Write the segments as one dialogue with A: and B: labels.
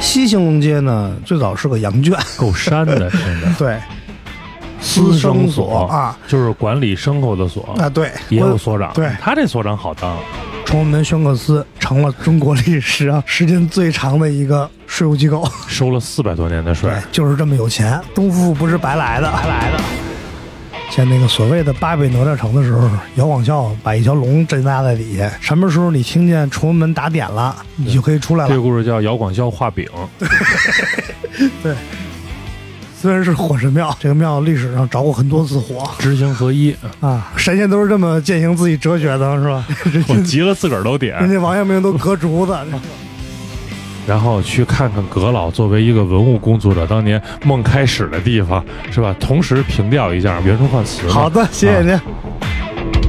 A: 西兴隆街呢，最早是个羊 圈，。
B: 够山的，真的
A: 对，
B: 私
A: 生
B: 所
A: 啊，
B: 就是管理牲口的所，
A: 啊，对，
B: 也有
A: 关
B: 所长。
A: 对
B: 他这所长好当，
A: 崇文门宣克司成了中国历史上时间最长的一个税务机构。
B: 收了四百多年的税。，
A: 就是这么有钱，东夫不是白来的，白来的。在那个所谓的八倍哪吒城的时候，姚广孝把一条龙镇压在底下。什么时候你听见崇文门打点了，你就可以出来
B: 这个
A: 了。
B: 故事叫姚广孝画饼，
A: 虽然是火神庙，这个庙历史上着过很多次火
B: 知行 合一。
A: 啊，神仙都是这么践行自己哲学的，是吧？人
B: 我
A: 家
B: 急了，自个儿都点。
A: 人家王阳明都隔竹子，
B: 然后去看看阁老作为一个文物工作者当年梦开始的地方，是吧？同时凭吊一下原创换词嘛。
A: 好的，谢谢您。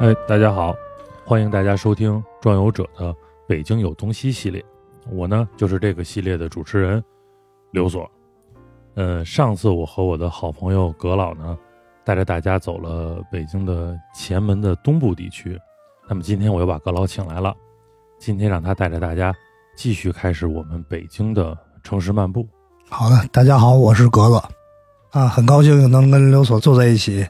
B: 哎，大家好，欢迎大家收听《壮游者》的《北京有东西》系列。我呢，就是这个系列的主持人刘所。呃，上次我和我的好朋友葛老呢，带着大家走了北京的前门的东部地区。那么今天我又把葛老请来了，今天让他带着大家继续开始我们北京的城市漫步。
A: 好的，大家好，我是格子，啊，很高兴能跟刘所坐在一起，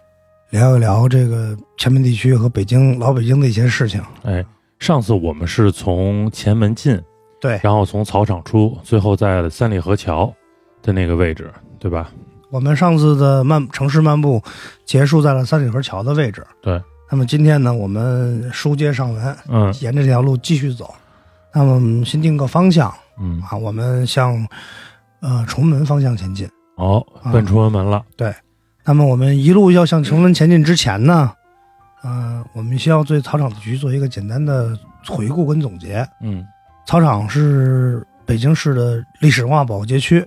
A: 聊一聊这个前门地区和北京老北京的一些事情。
B: 哎，上次我们是从前门进，
A: 对，
B: 然后从草场出，最后在三里河桥的那个位置，对吧？
A: 我们上次的漫城市漫步结束在了三里河桥的位置。
B: 对，
A: 那么今天呢，我们书接上文，
B: 嗯
A: 沿着这条路继续走。那么我们先定个方向
B: 嗯，
A: 啊，我们向呃崇文门方向前进。
B: 哦，奔崇文门了，
A: 那么我们一路要向城门前进之前呢，呃，我们需要对草场地区做一个简单的回顾跟总结。
B: 嗯
A: 草场是北京市的历史文化保护街区，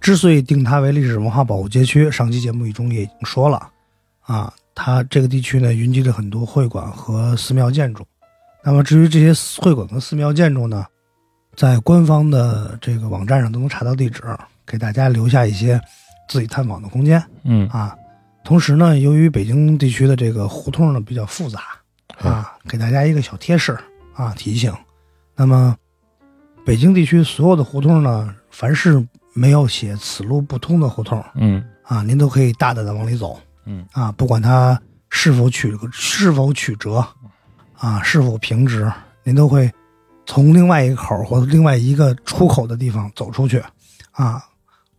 A: 之所以定它为历史文化保护街区，上期节目中也已经说了，啊，它这个地区呢云集着很多会馆和寺庙建筑。那么至于这些会馆和寺庙建筑呢，在官方的这个网站上都能查到地址，给大家留下一些自己探访的空间。
B: 嗯
A: 啊。同时呢，由于北京地区的这个胡同呢比较复杂啊，给大家一个小贴士啊提醒。那么，北京地区所有的胡同呢，凡是没有写“此路不通”的胡同
B: 嗯
A: 啊，您都可以大胆的往里走
B: 嗯
A: 啊，不管它是否曲是否曲折啊，是否平直，您都会从另外一个口儿或者另外一个出口的地方走出去啊，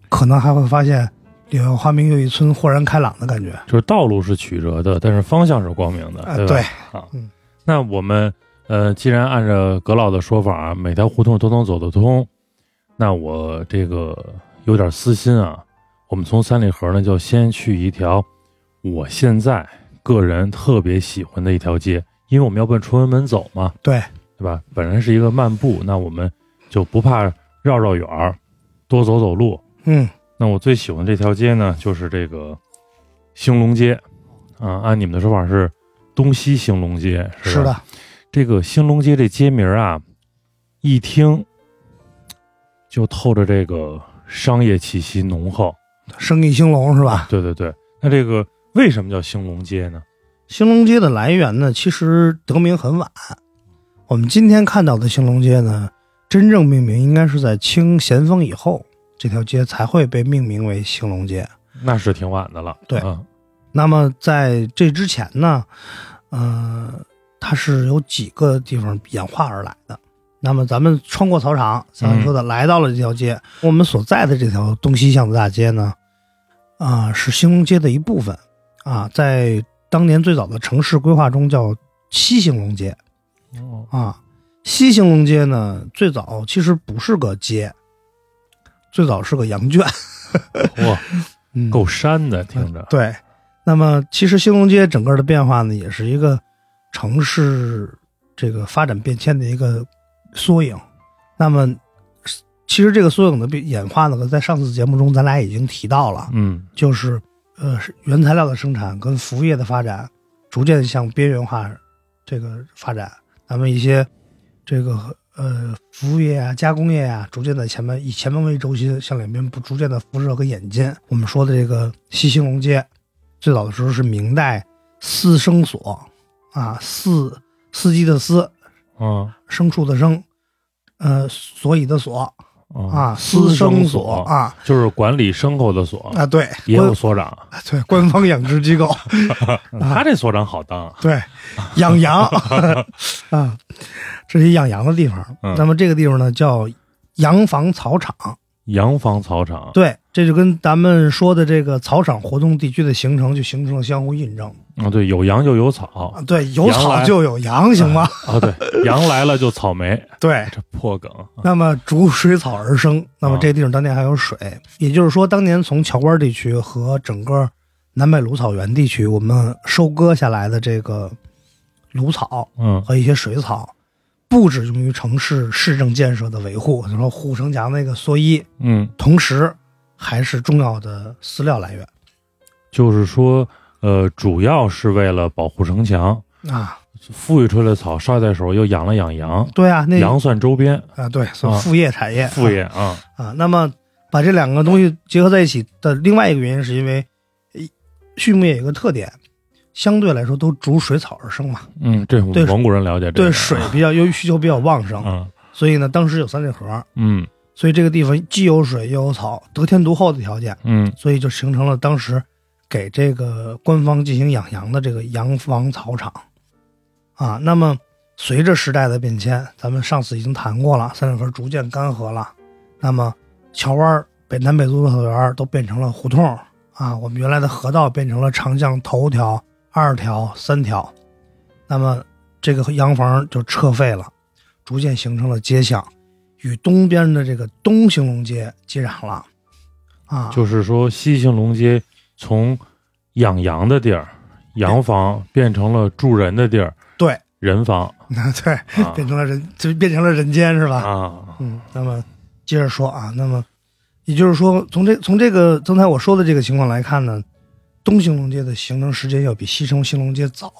A: 可能还会发现柳暗花明又一村，豁然开朗的感觉。
B: 就是道路是曲折的，但是方向是光明的，
A: 啊，
B: 对吧？
A: 对，
B: 啊
A: 嗯，
B: 那我们呃，既然按照葛老的说法啊，每条胡同都能走得通，那我这个有点私心啊，我们从三里河呢，就先去一条我现在个人特别喜欢的一条街，因为我们要奔崇文门走嘛，
A: 对，
B: 对吧？本身是一个漫步，那我们就不怕绕绕远儿，多走走路。
A: 嗯，
B: 那我最喜欢这条街呢，就是这个兴隆街，啊，按你们的说法是东西兴隆街，
A: 是
B: 是吧？
A: 的，
B: 这个兴隆街这街名啊，一听就透着这个商业气息浓厚。
A: 生意兴隆是吧？
B: 对对对，那这个为什么叫兴隆街呢？
A: 兴隆街的来源呢，其实得名很晚。我们今天看到的兴隆街呢，真正命名应该是在清咸丰以后，这条街才会被命名为兴隆街。
B: 那是挺晚的了。
A: 对
B: 啊，
A: 那么在这之前呢，呃，它是由几个地方演化而来的。那么咱们穿过草场，像你说的，来到了这条街，我们所在的这条东西巷子大街呢，啊、是兴隆街的一部分啊，在当年最早的城市规划中叫西兴隆街
B: 哦，
A: 啊。西兴隆街呢，最早其实不是个街，最早是个羊圈，
B: 哇，
A: 嗯，
B: 够山的，听着。
A: 对，那么其实兴隆街整个的变化呢，也是一个城市这个发展变迁的一个缩影。那么，其实这个缩影的变演化呢，在上次节目中咱俩已经提到了，
B: 嗯，
A: 就是呃是原材料的生产跟服务业的发展，逐渐向边缘化这个发展。咱们一些这个呃服务业啊、加工业啊，逐渐在前面以前面为轴心向两边不逐渐的辐射和演进。我们说的这个西兴隆街，最早的时候是明代私生所啊，司司机的司，
B: 嗯
A: 牲畜的牲，呃，所以的所啊，
B: 私
A: 私
B: 生
A: 生所啊
B: 就是管理牲口的所，
A: 啊，对，
B: 也有
A: 官
B: 所长，
A: 对官方养殖机构，
B: 他这所长好当啊，
A: 对，养 羊啊，这是一养羊的地方。
B: 嗯
A: 那么这个地方呢，叫羊房草场。
B: 洋房草场，
A: 对，这就跟咱们说的这个草场活动地区的形成就形成了相互印证
B: 啊，对，有羊就有草
A: 啊。对，有
B: 羊来
A: 草就有羊，行吗？
B: 啊，对，羊来了就草莓，
A: 对。
B: 这破梗啊
A: 那么逐水草而生，那么
B: 啊
A: 这地方当年还有水，也就是说，当年从侨官地区和整个南北鲁草原地区，我们收割下来的这个芦草，
B: 嗯
A: 和一些水草，不只用于城市市政建设的维护，比如说护城墙那个蓑衣，
B: 嗯，
A: 同时还是重要的饲料来源
B: 就是说，呃，主要是为了保护城墙，
A: 啊。
B: 富裕出来的草捎带手又养了养羊，
A: 对啊，那
B: 羊算周边
A: 啊，对，
B: 啊
A: 副业产业，
B: 副业啊，
A: 啊。那么把这两个东西结合在一起的另外一个原因，是因为呃畜牧业有一个特点，相对来说都逐水草而生嘛，
B: 嗯，这我们
A: 对
B: 蒙古人了解这个
A: 对水比较由于需求比较旺盛，
B: 啊，
A: 所以呢，当时有三里河，
B: 嗯
A: 所以这个地方既有水又有草，得天独厚的条件。
B: 嗯
A: 所以就形成了当时给这个官方进行养羊的这个羊房草场啊。那么随着时代的变迁，咱们上次已经谈过了，三里河逐渐干涸了，那么桥湾儿北南北路草原儿都变成了胡同儿啊，我们原来的河道变成了长巷头条、二条、三条，那么这个洋房就撤废了，逐渐形成了街巷。与东边的这个东兴隆街接壤了，啊，
B: 就是说西兴隆街从养羊的地儿，羊房变成了住人的地儿，
A: 对，
B: 人房
A: 那对，
B: 啊
A: 变成了人，就变成了人间是吧？
B: 啊，
A: 嗯，那么接着说啊，那么也就是说，从这从这个刚才我说的这个情况来看呢，东兴隆街的形成时间要比西城兴隆街早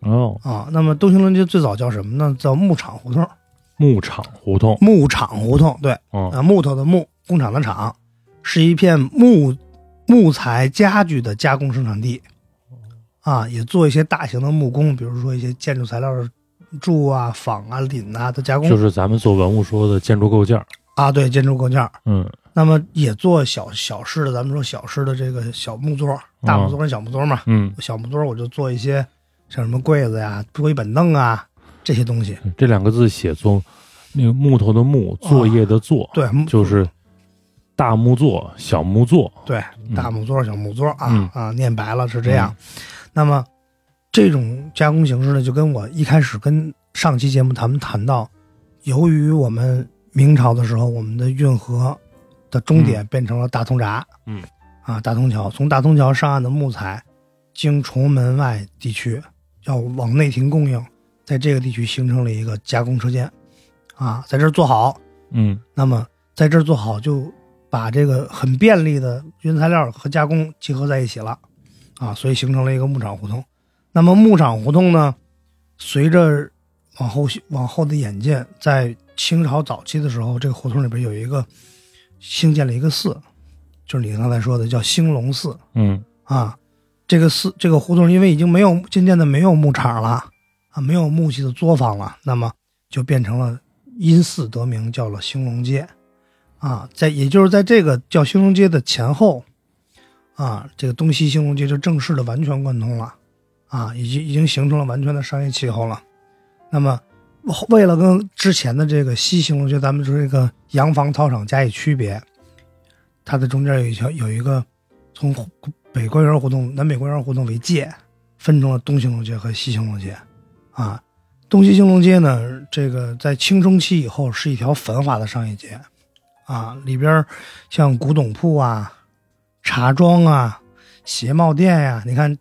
B: 哦，
A: 啊。那么东兴隆街最早叫什么呢？叫牧场胡同，
B: 牧场胡同，
A: 牧场胡同，对
B: 嗯
A: 啊，木头的木，工厂的厂，是一片木木材家具的加工生产地啊，也做一些大型的木工，比如说一些建筑材料的柱啊、仿啊、檩啊的加工。
B: 就是咱们做文物说的建筑构件儿，
A: 啊，对，建筑构件儿。
B: 嗯
A: 那么也做小小式的，咱们说小式的这个小木桌，大木桌跟小木桌嘛。
B: 嗯，
A: 小木桌我就做一些像什么柜子呀、桌椅板凳啊这些东西。
B: 这两个字写作那个木头的木，作业的作，
A: 对，
B: 就是大木作、小木作，
A: 对，大木桌、小木桌啊、
B: 嗯
A: 啊，念白了是这样。那么这种加工形式呢，就跟我一开始跟上期节目咱们谈到，由于我们明朝的时候，我们的运河的终点变成了大通闸，
B: 嗯，
A: 啊，大通桥，从大通桥上岸的木材，经崇文门外地区要往内廷供应，在这个地区形成了一个加工车间，啊，在这儿做好，
B: 嗯
A: 那么在这儿做好，就把这个很便利的原材料和加工结合在一起了，啊，所以形成了一个牧场胡同。那么牧场胡同呢，随着往后往后的演进，在清朝早期的时候，这个胡同里边有一个兴建了一个寺，就是你刚才说的叫兴隆寺
B: 嗯
A: 啊。这个寺这个胡同因为已经没有渐渐的没有牧场了啊，没有木器的作坊了，那么就变成了因寺得名，叫了兴隆街。啊，在也就是在这个叫兴隆街的前后，啊，这个东西兴隆街就正式的完全贯通了，啊，已经已经形成了完全的商业气候了。那么，为了跟之前的这个西兴隆街，咱们说这个洋房操场加以区别，它的中间有一条有一个从北官园胡同、南北官园胡同为界，分成了东兴隆街和西兴隆街，啊。东西兴隆街呢，这个在清中期以后是一条繁华的商业街，啊，里边儿像古董铺啊、茶庄啊、鞋帽店呀、你看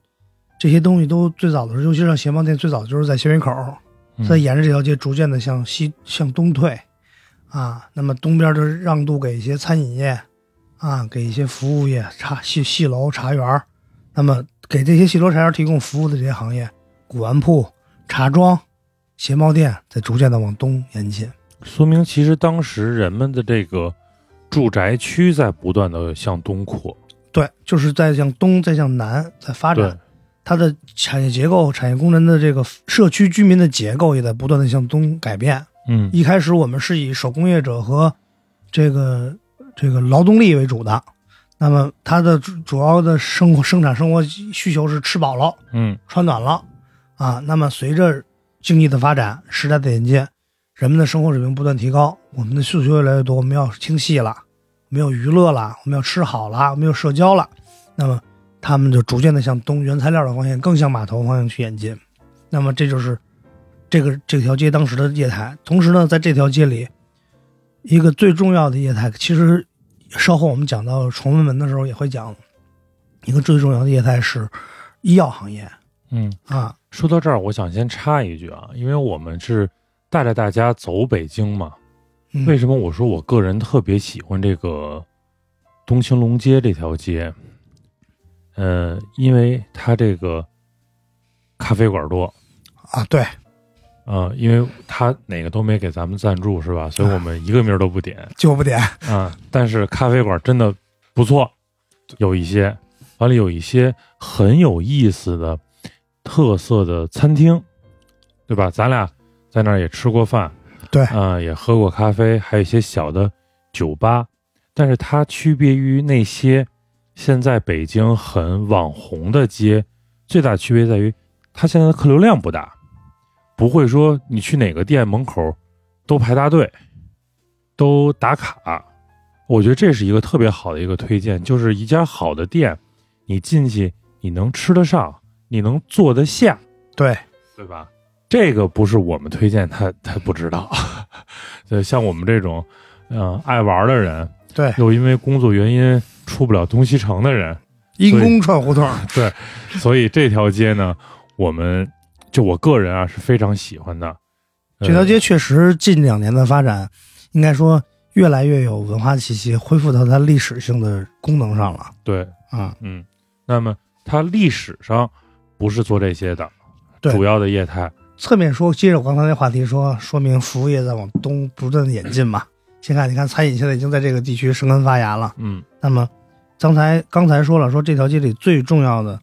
A: 这些东西都最早的时候，尤其是像鞋帽店，最早就是在斜北口儿，
B: 嗯
A: 再沿着这条街逐渐的向西向东退，啊，那么东边就是让渡给一些餐饮业，啊，给一些服务业、茶戏戏楼、茶园儿，那么给这些戏楼、茶园儿提供服务的这些行业，古玩铺、茶庄、鞋帽店，在逐渐的往东延进。
B: 说明其实当时人们的这个住宅区在不断的向东扩，
A: 对，就是在向东，再向南在发展
B: 对。，
A: 它的产业结构、产业工人的这个社区居民的结构也在不断的向东改变。
B: 嗯
A: 一开始我们是以手工业者和这个这个劳动力为主的，那么它的主主要的生活生产生活需求是吃饱了、
B: 嗯
A: 穿暖了啊。那么随着经济的发展、时代的演进，人们的生活水平不断提高，我们的诉求越来越多，我们要听戏了，我们要娱乐了，我们要吃好了，我们要社交了。那么他们就逐渐的向东原材料的方向，更向码头方向去演进。那么这就是这个这条街当时的业态。同时呢，在这条街里，一个最重要的业态，其实稍后我们讲到崇文门的时候也会讲，一个最重要的业态是医药行业
B: 嗯。
A: 啊，
B: 说到这儿，我想先插一句啊，因为我们是带着大家走北京嘛。
A: 嗯
B: 为什么我说我个人特别喜欢这个东青龙街这条街？呃，因为它这个咖啡馆多，
A: 啊，对，
B: 啊，因为它哪个都没给咱们赞助是吧？所以我们一个名儿都不点
A: 就不点
B: 啊。但是咖啡馆真的不错，有一些，完了有一些很有意思的特色的餐厅，对吧？咱俩在那儿也吃过饭，
A: 对
B: 啊、也喝过咖啡，还有一些小的酒吧。但是它区别于那些现在北京很网红的街，最大区别在于它现在的客流量不大，不会说你去哪个店门口都排大队，都打卡。我觉得这是一个特别好的一个推荐，就是一家好的店，你进去你能吃得上，你能坐得下，
A: 对，
B: 对吧？这个不是我们推荐他，他不知道。对，像我们这种，嗯、爱玩的人，
A: 对
B: 又因为工作原因出不了东西城的人，
A: 因公串胡同，
B: 所以这条街呢，我们就我个人啊是非常喜欢的。呃
A: 这条街确实近两年的发展，应该说越来越有文化气息，恢复到它历史性的功能上了
B: 呃对，
A: 啊。
B: 嗯，那么它历史上不是做这些的，
A: 对
B: 主要的业态，
A: 侧面说，接着我刚才那话题说，说明服务业在往东不断的演进嘛。现在你看，餐饮现在已经在这个地区生根发芽了。
B: 嗯
A: 那么，刚才刚才说了，说这条街里最重要的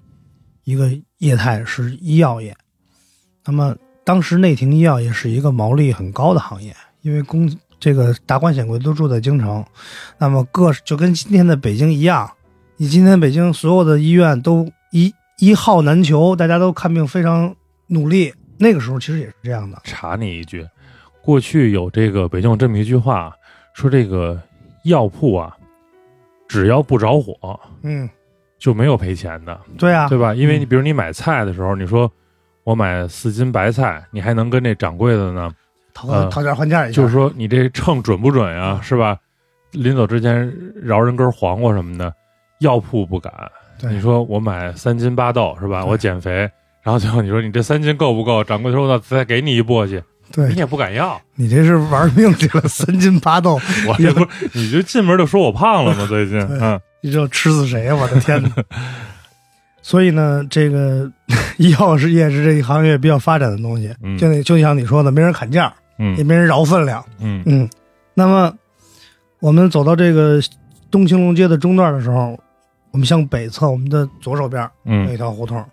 A: 一个业态是医药业。那么，当时内廷医药业是一个毛利很高的行业，因为公这个达官显贵都住在京城，那么各就跟今天的北京一样，你今天北京所有的医院都一一号难求，大家都看病非常努力。那个时候其实也是这样的，
B: 查你一句，过去有这个北京有这么一句话，说这个药铺啊，只要不着火
A: 嗯，
B: 就没有赔钱的，
A: 对啊，
B: 对吧？因为你比如你买菜的时候，你说我买四斤白菜，你还能跟这掌柜的呢，
A: 讨
B: 呃
A: 讨价还价一下，
B: 就是说你这秤准不准
A: 嗯
B: 呀、是吧？临走之前饶人根黄瓜什么的，药铺不敢。
A: 对
B: 你说我买三斤巴豆是吧？
A: 对
B: 我减肥，然后最后你说你这三斤够不够？掌柜说那再给你一簸箕，
A: 对
B: 你也不 敢要。
A: 你这是玩命去了，三斤八斗，
B: 我这不是你就进门就说我胖了吗？最近，
A: 对
B: 嗯
A: 你知道吃死谁呀、我的天哪！所以呢，这个 医药是业是这一行业比较发展的东西，
B: 嗯
A: 就那就像你说的，没人砍价，也
B: 嗯
A: 没人饶分量。
B: 嗯
A: 嗯，那么我们走到这个东青龙街的中段的时候，我们向北侧，我们的左手边有
B: 嗯，
A: 一条胡同，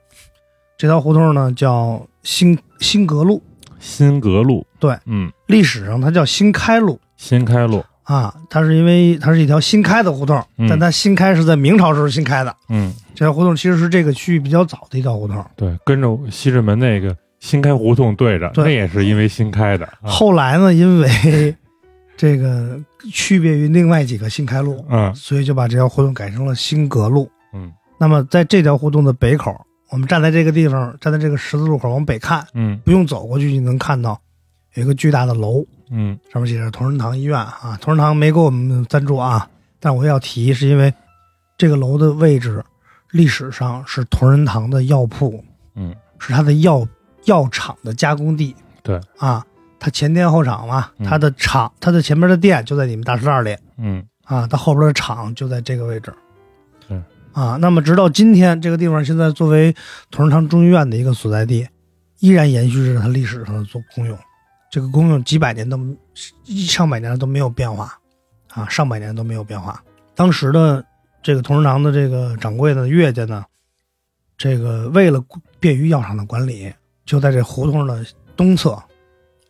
A: 这条胡同呢叫新新阁路，
B: 新阁路，
A: 对，
B: 嗯，
A: 历史上它叫新开路
B: 新开路，
A: 啊，它是因为它是一条新开的胡同，
B: 嗯
A: 但它新开是在明朝时候新开的。
B: 嗯，
A: 这条胡同其实是这个区域比较早的一条胡同，
B: 对，跟着西直门那个新开胡同对着，
A: 对
B: 那也是因为新开的，啊
A: 后来呢，因为这个区别于另外几个新开路，
B: 嗯
A: 所以就把这条胡同改成了新阁路。
B: 嗯
A: 那么在这条胡同的北口，我们站在这个地方，站在这个十字路口往北看，
B: 嗯
A: 不用走过去就能看到有一个巨大的楼，
B: 嗯
A: 上面写着同仁堂医院啊。同仁堂没给我们赞助啊，但我要提是因为这个楼的位置历史上是同仁堂的药铺，
B: 嗯
A: 是它的药药厂的加工地。
B: 对
A: 啊，它前店后厂嘛，
B: 嗯
A: 它的厂，它的前面的店就在你们大石栏里
B: 嗯
A: 啊，它后边的厂就在这个位置。
B: 对
A: 啊，那么直到今天，这个地方现在作为同仁堂中医院的一个所在地，依然延续着它历史上的做功用。这个功用几百年都一上百年都没有变化，啊，上百年都没有变化。当时的这个同仁堂的这个掌柜的岳家呢，这个为了便于药厂的管理，就在这胡同的东侧，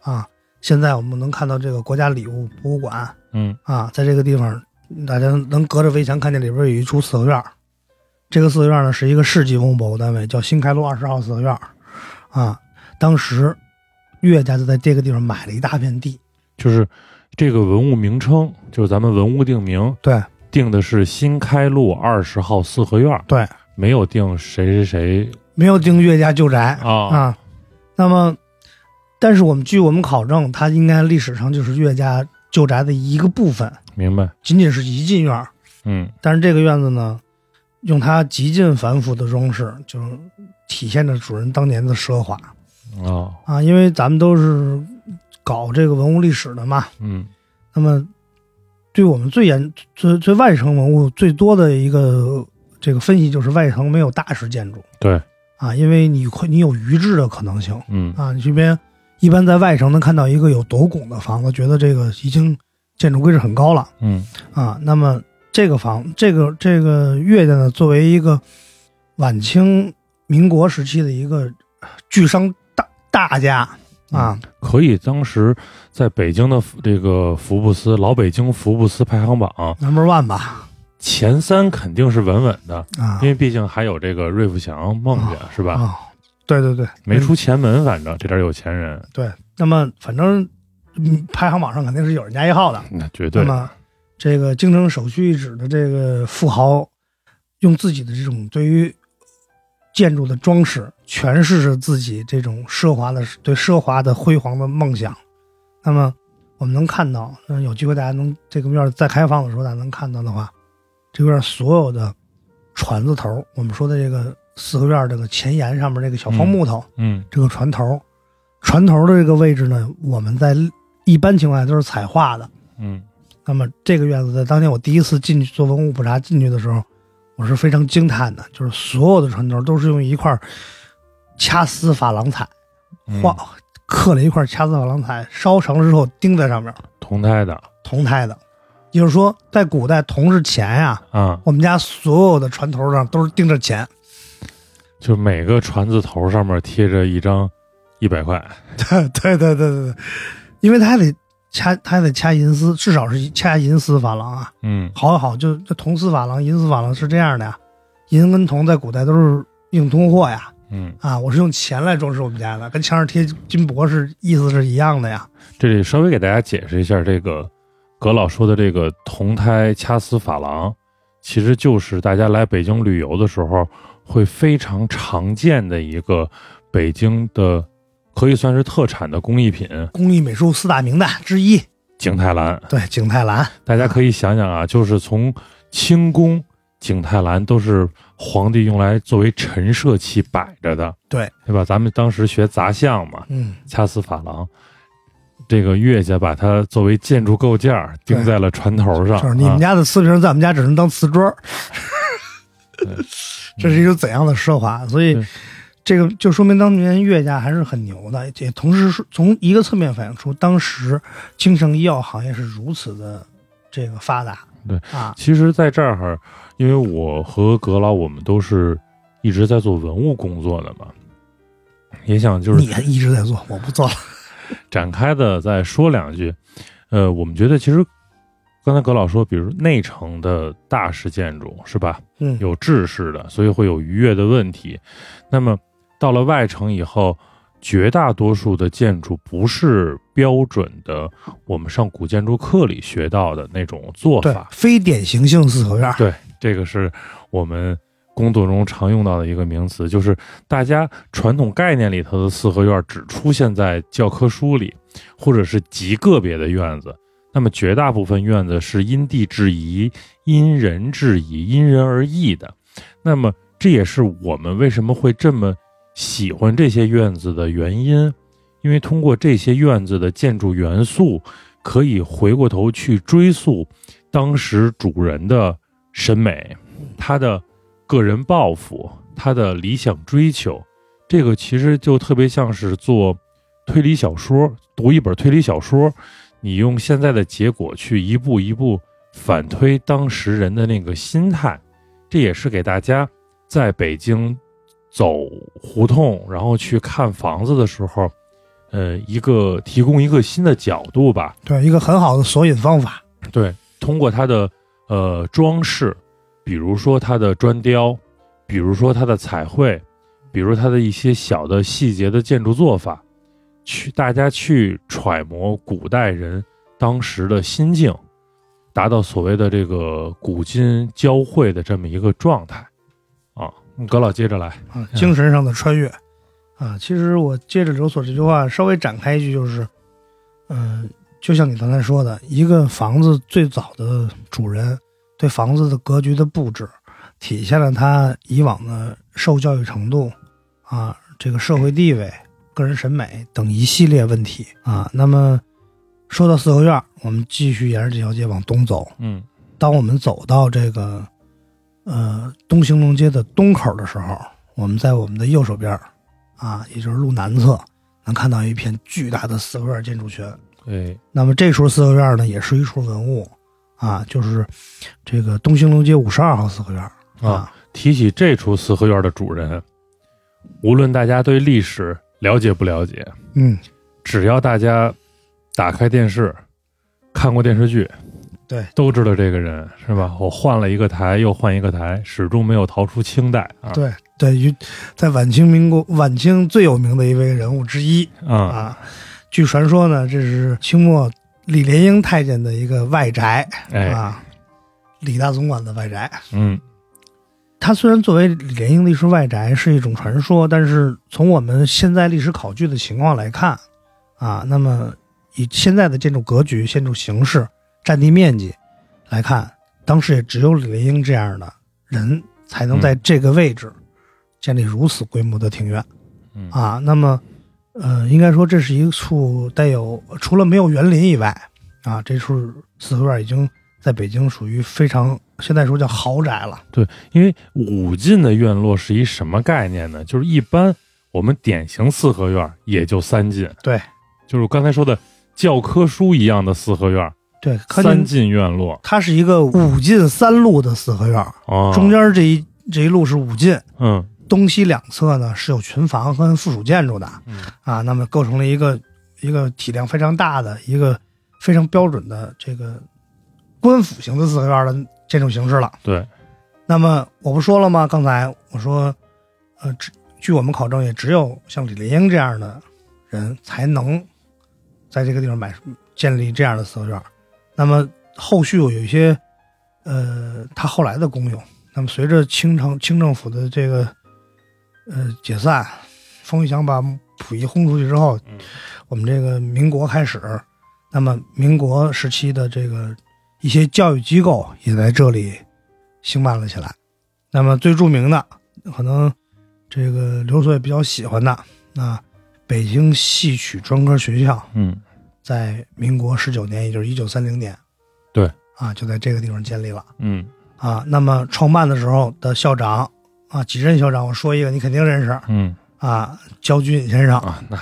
A: 啊，现在我们能看到这个国家礼物博物馆
B: 嗯
A: 啊，在这个地方，大家能隔着围墙看见里边有一处四合院儿。这个四合院呢是一个市级文物保护单位，叫新开路二十号四合院儿，啊，当时岳家就在这个地方买了一大片地，
B: 就是这个文物名称，就是咱们文物定名
A: 对
B: 定的是新开路二十号四合院，
A: 对，
B: 没有定谁谁谁
A: 没有定岳家旧宅，
B: 啊
A: 啊，那么，但是我们据我们考证，它应该历史上就是岳家旧宅的一个部分，
B: 明白？
A: 仅仅是一进院儿。
B: 嗯，
A: 但是这个院子呢，用它极尽繁复的装饰，就是体现着主人当年的奢华
B: 哦，
A: 啊。因为咱们都是搞这个文物历史的嘛，
B: 嗯
A: 那么对我们最严、最最外层文物最多的一个这个分析就是外层没有大石建筑，
B: 对
A: 啊，因为你会你有余质的可能性。
B: 嗯
A: 啊，你这边一般在外城能看到一个有斗拱的房子，觉得这个已经建筑规制很高了
B: 嗯
A: 啊。那么这个房，这个这个岳家呢，作为一个晚清民国时期的一个巨商大大家啊，
B: 可以，当时在北京的这个福布斯老北京福布斯排行榜
A: number one 吧
B: 前三肯定是稳稳的，
A: 啊
B: 因为毕竟还有这个瑞富祥、梦家是吧？
A: 啊，对对对，
B: 没
A: 嗯
B: 出前门，反正这点有钱人，
A: 对。那么反正嗯排行榜上肯定是有人家一号的，
B: 那绝对
A: 嗯那么，这个京城首屈一指的这个富豪，用自己的这种对于建筑的装饰，诠释着自己这种奢华的对奢华的辉煌的梦想。那么，我们能看到，嗯，有机会大家能这个院儿再开放的时候，大家能看到的话，这个院儿所有的船字头，我们说的这个四合院儿这个前沿上面这个小方木头，
B: 嗯
A: 这个船头，船头的这个位置呢，我们在一般情况下都是彩画的。
B: 嗯
A: 那么这个院子在当年我第一次进去做文物普查进去的时候，我是非常惊叹的，就是所有的船头都是用一块掐丝珐琅彩
B: 嗯
A: 画刻了一块掐丝珐琅彩，烧成之后钉在上面，
B: 同胎的
A: 铜胎的。也就是说，在古代铜是钱呀、
B: 啊，
A: 我们家所有的船头上都是钉着钱，
B: 就每个船字头上面贴着一张一百块，
A: 对对对对对，对因为它还得掐，它还得掐银丝，至少是掐银丝珐琅啊。
B: 嗯
A: 好好，就这铜丝珐琅、银丝珐琅是这样的呀，银跟铜在古代都是硬通货呀，
B: 嗯，
A: 啊，我是用钱来装饰我们家的，跟墙上贴金箔是意思是一样的呀。
B: 这里稍微给大家解释一下，这个葛老说的这个同胎掐丝珐琅，其实就是大家来北京旅游的时候会非常常见的一个北京的可以算是特产的工艺品
A: 工艺美术四大名旦之一，
B: 景泰蓝。
A: 对，景泰蓝，
B: 大家可以想想啊，就是从清宫景泰蓝都是皇帝用来作为陈设器摆着的，
A: 对
B: 对吧？咱们当时学杂项嘛，
A: 嗯，
B: 掐丝珐琅，这个岳家把它作为建筑构件儿钉在了船头上。
A: 就是你们
B: 啊
A: 家的瓷瓶在我们家只能当瓷桌儿
B: 对，
A: 这是一种怎样的奢华？所以
B: 对
A: 这个就说明当年岳家还是很牛的，也同时是从一个侧面反映出当时京城医药行业是如此的这个发达，
B: 对
A: 啊，
B: 其实在这儿，因为我和葛老我们都是一直在做文物工作的嘛，也想就是
A: 你一直在做，我不做了，
B: 展开的再说两句。呃，我们觉得其实刚才葛老说，比如内城的大式建筑是吧，
A: 嗯，
B: 有制式的，所以会有逾越的问题。那么到了外城以后，绝大多数的建筑不是标准的我们上古建筑课里学到的那种做
A: 对
B: 法，，
A: 非典型性四合院儿，
B: 对这个是我们工作中常用到的一个名词，就是大家传统概念里头的四合院只出现在教科书里，或者是极个别的院子。那么绝大部分院子是因地制宜、因人制宜、因人而异的。那么这也是我们为什么会这么喜欢这些院子的原因，因为通过这些院子的建筑元素，可以回过头去追溯当时主人的审美，他的个人抱负，他的理想追求，这个其实就特别像是做推理小说，读一本推理小说，你用现在的结果去一步一步反推当时人的那个心态，这也是给大家在北京走胡同，然后去看房子的时候，呃，一个提供一个新的角度吧，
A: 对，一个很好的索引方法。
B: 对，通过它的呃装饰，比如说它的砖雕，比如说它的彩绘，比如它的一些小的细节的建筑做法，去大家去揣摩古代人当时的心境，达到所谓的这个古今交汇的这么一个状态啊。葛老接着来，
A: 啊，精神上的穿越啊。其实我接着刘所这句话稍微展开一句，就是，嗯、就像你刚才说的，一个房子最早的主人对房子的格局的布置，体现了他以往的受教育程度啊，这个社会地位、个人审美等一系列问题啊。那么说到四合院，我们继续沿着这条街往东走，
B: 嗯
A: 当我们走到这个呃东兴隆街的东口的时候，我们在我们的右手边儿啊，也就是路南侧，能看到一片巨大的四合院建筑群。
B: 哎，
A: 那么这处四合院呢，也是一处文物啊，就是这个东兴隆街五十二号四合院
B: 啊，提起这处四合院的主人，无论大家对历史了解不了解，
A: 嗯，
B: 只要大家打开电视，看过电视剧，
A: 对，
B: 都知道这个人是吧？我换了一个台，又换一个台，始终没有逃出清代啊。
A: 对，对于在晚清民国晚清最有名的一位人物之一
B: 啊，
A: 啊。据传说呢，这是清末李莲英太监的一个外宅，
B: 哎，
A: 啊，李大总管的外宅。
B: 嗯，
A: 它虽然作为李莲英的一处外宅是一种传说，但是从我们现在历史考据的情况来看，啊，那么以现在的建筑格局、建筑形式、占地面积来看，当时也只有李莲英这样的人才能在这个位置建立如此规模的庭院。
B: 嗯
A: 啊，那么，呃，应该说这是一处带有除了没有园林以外，啊，这处四合院已经在北京属于非常现在说叫豪宅了。
B: 因为五进的院落是一什么概念呢？就是一般我们典型四合院也就三进，
A: 对，
B: 就是我刚才说的教科书一样的四合院，
A: 对，可
B: 三
A: 您
B: 进院落
A: 它是一个五进三路的四合院，
B: 啊，
A: 中间这一这一路是五进，
B: 嗯
A: 东西两侧呢是有群房和附属建筑的
B: 嗯
A: 啊，那么构成了一个一个体量非常大的一个非常标准的这个官府型的四合院的建筑形式了。
B: 对，
A: 那么我不说了吗？刚才我说，呃，只据我们考证，也只有像李莲英这样的人才能在这个地方买建立这样的四合院。那么后续有一些，呃，他后来的功用。那么随着清政清政府的这个呃解散，冯玉祥把溥仪轰出去之后，
B: 嗯
A: 我们这个民国开始，那么民国时期的这个一些教育机构也在这里兴办了起来。那么最著名的，可能这个刘所也比较喜欢的，那北京戏曲专科学校
B: 嗯
A: 在民国十九年，也就是一九三零年，
B: 对，
A: 啊，就在这个地方建立了
B: 嗯
A: 啊。那么创办的时候的校长啊，几任校长，我说一个你肯定认识
B: 嗯
A: 啊，焦俊先生
B: 啊，那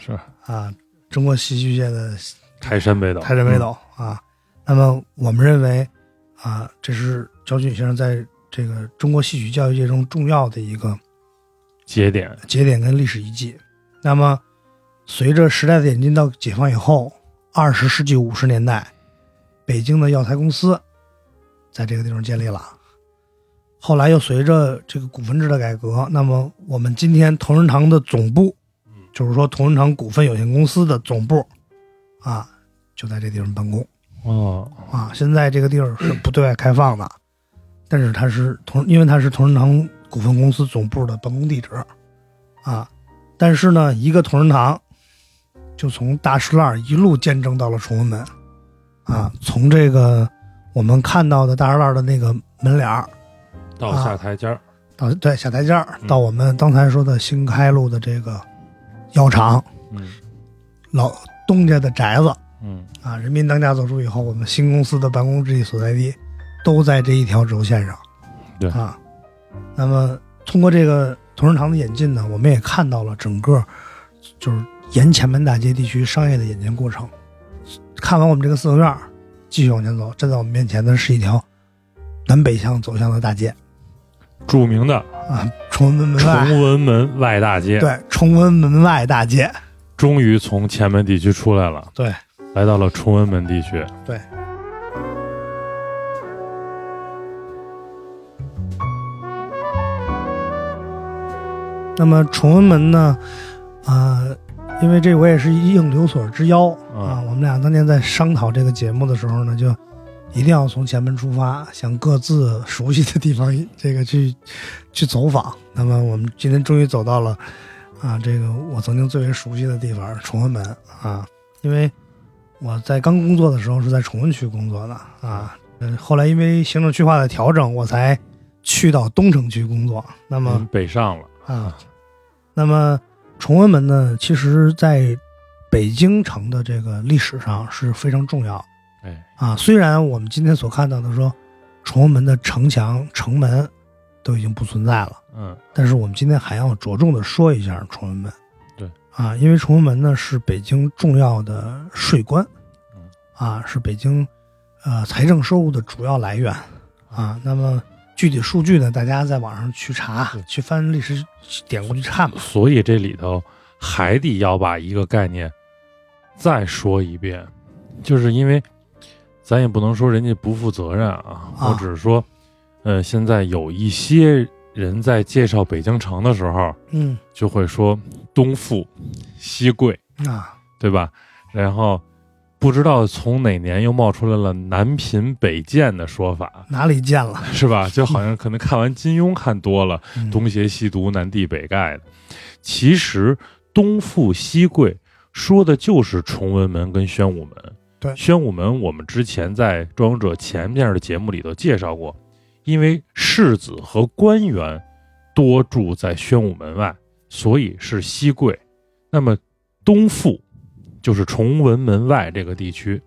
B: 是
A: 啊，中国戏剧界的
B: 开山北斗，
A: 泰山北斗啊。那么我们认为啊，这是焦俊先生在这个中国戏曲教育界中重要的一个
B: 嗯节点，
A: 节点跟历史遗迹。那么，随着时代的演进到解放以后，二十世纪五十年代，北京的药材公司在这个地方建立了。后来又随着这个股份制的改革，那么我们今天同仁堂的总部，就是说同仁堂股份有限公司的总部，啊，就在这地方办公。
B: 哦，
A: 啊，现在这个地儿是不对外开放的，但是它是同，因为它是同仁堂股份公司总部的办公地址，啊，但是呢，一个同仁堂就从大石栏一路见证到了崇文门，啊，从这个我们看到的大石栏的那个门脸儿
B: 到
A: 啊
B: 下台阶儿，
A: 到对小台阶儿，
B: 嗯
A: 到我们刚才说的新开路的这个药厂
B: 嗯
A: 老东家的宅子，
B: 嗯
A: 啊，人民当家作主以后，我们新公司的办公之地所在地都在这一条轴线上。
B: 对
A: 啊，那么通过这个同仁堂的演进呢，我们也看到了整个就是沿前门大街地区商业的演进过程。看完我们这个四合院儿，继续往前走，站在我们面前的是一条南北向走向的大街。
B: 著名的
A: 啊，崇文门外，
B: 崇文门外大街，
A: 对，崇文门外大街，
B: 终于从前门地区出来了，
A: 对，
B: 来到了崇文门地区，
A: 对。那么崇文门呢，呃，因为这我也是应刘所之邀啊，我们俩当年在商讨这个节目的时候呢，就一定要从前门出发，向各自熟悉的地方这个去去走访。那么我们今天终于走到了啊，这个我曾经最为熟悉的地方——崇文门啊，因为我在刚工作的时候是在崇文区工作的啊，嗯，后来因为行政区划的调整，我才去到东城区工作。那么、
B: 嗯北上了，
A: 啊。那么崇文门呢，其实在北京城的这个历史上是非常重要
B: 哎，
A: 啊。虽然我们今天所看到的说崇文门的城墙、城门都已经不存在了，
B: 嗯，
A: 但是我们今天还要着重的说一下崇文门。
B: 对
A: 啊，因为崇文门呢是北京重要的税关
B: 嗯，
A: 啊，是北京呃财政收入的主要来源
B: 嗯
A: 啊。那么具体数据呢，大家在网上去查
B: 对，
A: 去翻历史典故去看吧。
B: 所以这里头还得要把一个概念再说一遍，就是因为咱也不能说人家不负责任啊，
A: 啊
B: 我只是说，呃，现在有一些人在介绍北京城的时候，
A: 嗯
B: 就会说东富西贵，
A: 啊，
B: 对吧？然后不知道从哪年又冒出来了南贫北贱的说法，
A: 哪里见了？
B: 是吧？就好像可能看完金庸看多了，
A: 嗯
B: 东邪西毒，南帝北丐的。其实东富西贵说的就是崇文门跟宣武门。
A: 对
B: 宣武门我们之前在《庄游者》前面的节目里头介绍过，因为世子和官员多住在宣武门外，所以是西贵。那么东富就是崇文门外这个地区，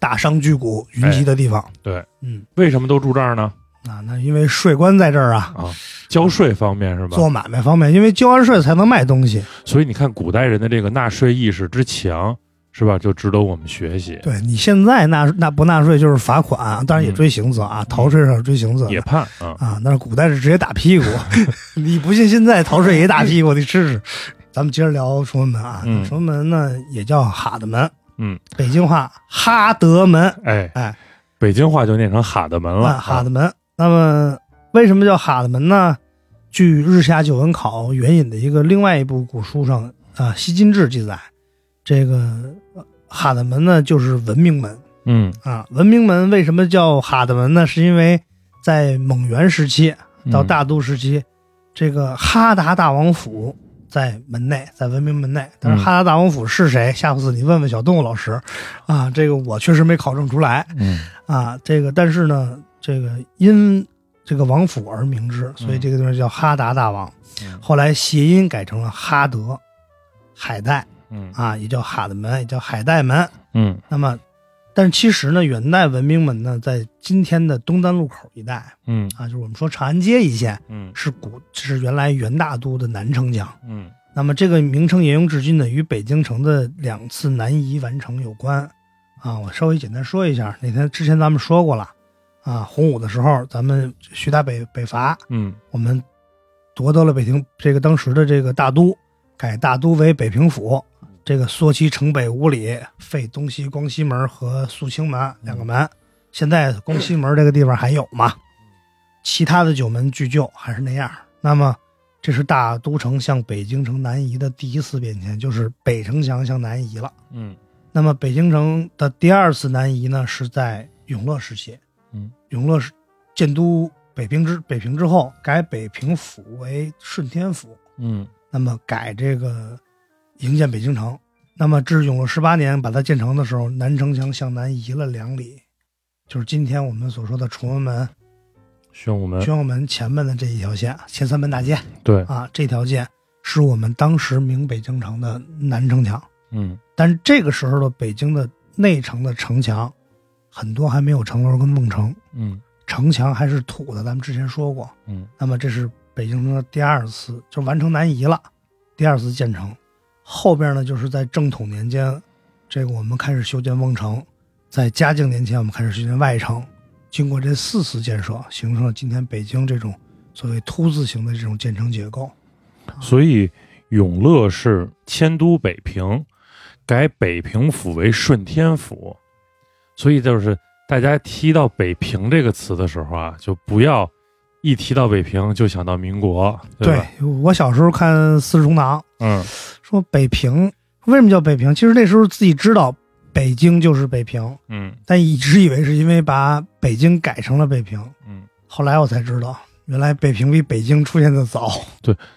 A: 大商巨贾云集的地方。
B: 对，
A: 嗯
B: 为什么都住这儿呢？
A: 啊，那因为税官在这儿啊，
B: 啊，交税方面是吧？
A: 做买卖方面，因为交完税才能卖东西。
B: 所以你看，古代人的这个纳税意识之强，是吧？就值得我们学习。
A: 对你现在纳纳不纳税就是罚款，当然也追刑责啊，逃税上追刑责
B: 嗯也判啊，
A: 啊。但是古代是直接打屁 股，你不信现在逃税也打屁股，你试试。咱们接着聊崇文门啊，
B: 嗯
A: 崇文门呢也叫哈德门，
B: 嗯，
A: 北京话哈德门
B: 哎
A: 哎，
B: 北京话就念成哈德门了，
A: 啊，哈德门。那么为什么叫哈德门呢？据《日下九文考》援引的一个另外一部古书上啊《西晋志》记载，这个呃哈德门呢就是文明门
B: 嗯，
A: 啊。文明门为什么叫哈德门呢？是因为在蒙元时期
B: 嗯
A: 到大都时期，这个哈达大王府。在门内，在文明门内，但是
B: 嗯
A: 哈达大王府是谁？下次你问问小动物老师，啊，这个我确实没考证出来。
B: 嗯
A: 啊，这个但是呢，这个因这个王府而名之，所以这个地方叫哈达大王。
B: 嗯
A: 后来谐音改成了哈德、海带
B: 嗯
A: 啊，也叫哈德门，也叫海带门。
B: 嗯
A: 那么，但是其实呢，元代文明门呢，在今天的东单路口一带
B: 嗯
A: 啊，就是我们说长安街一线，
B: 嗯
A: 是古是原来元大都的南城墙。
B: 嗯
A: 那么这个名称沿用至今呢，与北京城的两次南移完成有关。啊，我稍微简单说一下，那天之前咱们说过了，啊，洪武的时候，咱们徐达北北伐，
B: 嗯
A: 我们夺得了北平这个当时的这个大都，改大都为北平府，这个缩其城北五里，废东西光西门和肃清门两个门。现在光西门这个地方还有吗？其他的九门俱旧，还是那样。那么，这是大都城向北京城南移的第一次变迁，就是北城墙向南移了。
B: 嗯
A: 那么北京城的第二次南移呢，是在永乐时期。
B: 嗯，
A: 永乐是建都北平之北平之后，改北平府为顺天府，
B: 嗯
A: 那么改这个营建北京城。那么至永乐十八年把它建成的时候，南城墙向南移了两里，就是今天我们所说的崇文门、
B: 宣武门
A: 宣武门前面的这一条线，前三门大街
B: 对，
A: 啊，这条线是我们当时明北京城的南城墙。
B: 嗯
A: 但是这个时候的北京的内城的城墙，很多还没有城楼跟瓮城，
B: 嗯
A: 城墙还是土的，咱们之前说过。
B: 嗯
A: 那么这是北京城的第二次，就完成南移了，第二次建成。后边呢，就是在正统年间，这个我们开始修建瓮城，在嘉靖年间我们开始修建外城，经过这四次建设，形成了今天北京这种所谓凸字形的这种建成结构。
B: 所以永乐是迁都北平，改北平府为顺天府，所以就是大家提到北平这个词的时候啊，就不要一提到北平就想到民国，对吧？
A: 我小时候看《四世同堂》，
B: 嗯，
A: 说北平为什么叫北平？其实那时候自己知道北京就是北平，
B: 嗯
A: 但一直以为是因为把北京改成了北平。
B: 嗯，
A: 后来我才知道，原来北平比北京出现的早。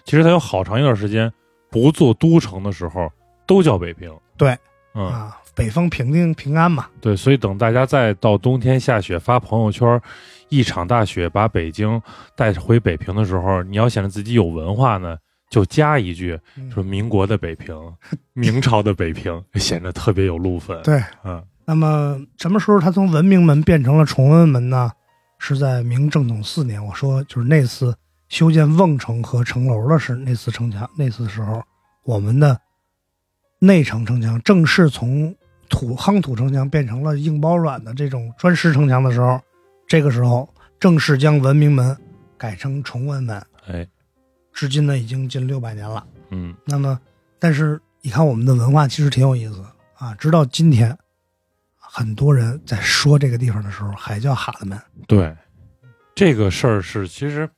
B: 其实它有好长一段时间不做都城的时候都叫北平，
A: 对，
B: 嗯，
A: 啊，北方平定平安嘛，
B: 对，所以等大家再到冬天下雪发朋友圈儿，一场大雪把北京带回北平的时候，你要显得自己有文化呢，就加一句
A: 嗯
B: 说民国的北 平，明朝的北平， 显得特别有路分。
A: 对，
B: 嗯，
A: 那么什么时候它从文明门变成了崇文门呢？是在明正统四年，我说就是那次修建瓮城和城楼的是那次城墙，那次时候我们的内城城墙正式从土夯土城墙变成了硬包软的这种砖石城墙的时候，这个时候正式将文明门改成崇文门，
B: 哎，
A: 至今呢已经近六百年了。
B: 嗯，
A: 那么，但是你看我们的文化其实挺有意思啊，直到今天，很多人在说这个地方的时候还叫哈德门。
B: 对，这个事儿是其实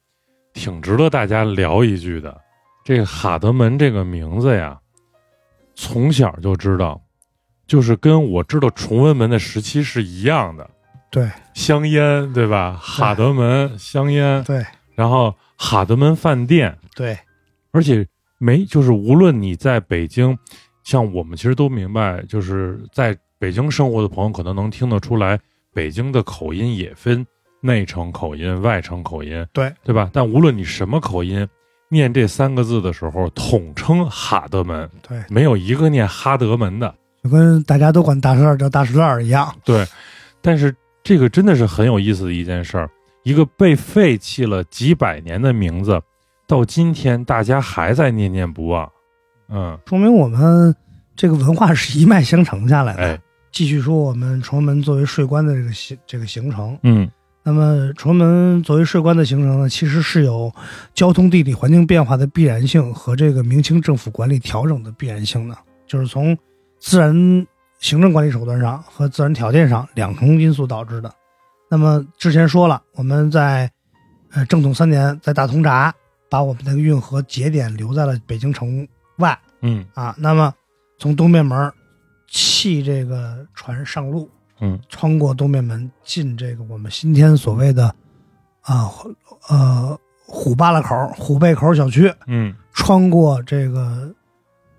B: 挺值得大家聊一句的。这个哈德门这个名字呀，从小就知道，就是跟我知道崇文门的时期是一样的。
A: 对
B: 香烟，对吧？哈德门香烟，
A: 对
B: 然后哈德门饭店，
A: 对，
B: 而且没就是无论你在北京，像我们其实都明白，就是在北京生活的朋友可能能听得出来，北京的口音也分内城口音、外城口音，
A: 对
B: 对吧？但无论你什么口音，念这三个字的时候，统称哈德门，
A: 对，
B: 没有一个念哈德门的。
A: 就跟大家都管大石烂叫大石烂一样。
B: 对，但是这个真的是很有意思的一件事儿，一个被废弃了几百年的名字，到今天大家还在念念不忘。嗯，
A: 说明我们这个文化是一脉相承下来的。
B: 哎，
A: 继续说我们崇文门作为税关的这个行这个行程，
B: 嗯，
A: 那么崇文门作为税关的形成呢，其实是有交通、地理环境变化的必然性和这个明清政府管理调整的必然性的，就是从自然行政管理手段上和自然条件上两重因素导致的。那么之前说了，我们在呃正统三年在大通闸把我们那个运河节点留在了北京城外
B: 嗯，
A: 啊，那么从东便门儿弃这个船上路，
B: 嗯，
A: 穿过东便门进这个我们今天所谓的啊呃虎巴拉口、虎背口小区，
B: 嗯，
A: 穿过这个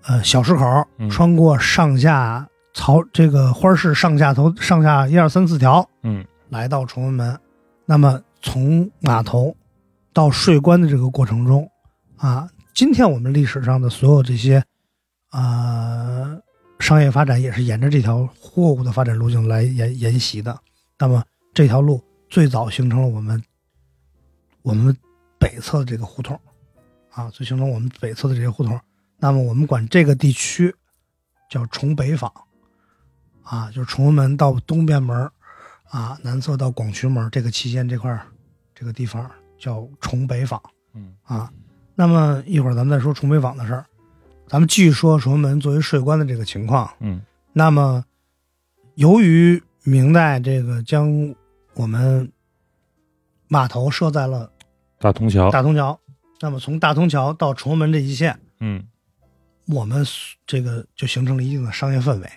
A: 呃小石口
B: 嗯，
A: 穿过上下曹这个花市上下头上下一二三四条，
B: 嗯，
A: 来到崇文门。那么从码头到税关的这个过程中，啊，今天我们历史上的所有这些呃商业发展也是沿着这条货物的发展路径来沿沿袭的。那么这条路最早形成了我们我们北侧的这个胡同，啊，最形成我们北侧的这些胡同。那么我们管这个地区叫崇北坊，啊，就是崇文门到东便门儿，啊，南侧到广渠门儿这个期间这块儿这个地方叫崇北坊
B: 嗯，
A: 啊。那么一会儿咱们再说崇北坊的事儿，咱们继续说崇文门作为税关的这个情况。
B: 嗯，
A: 那么，由于明代这个将我们码头设在了
B: 大通桥，
A: 大通桥，那么从大通桥到崇文门这一线，
B: 嗯，
A: 我们这个就形成了一定的商业氛围。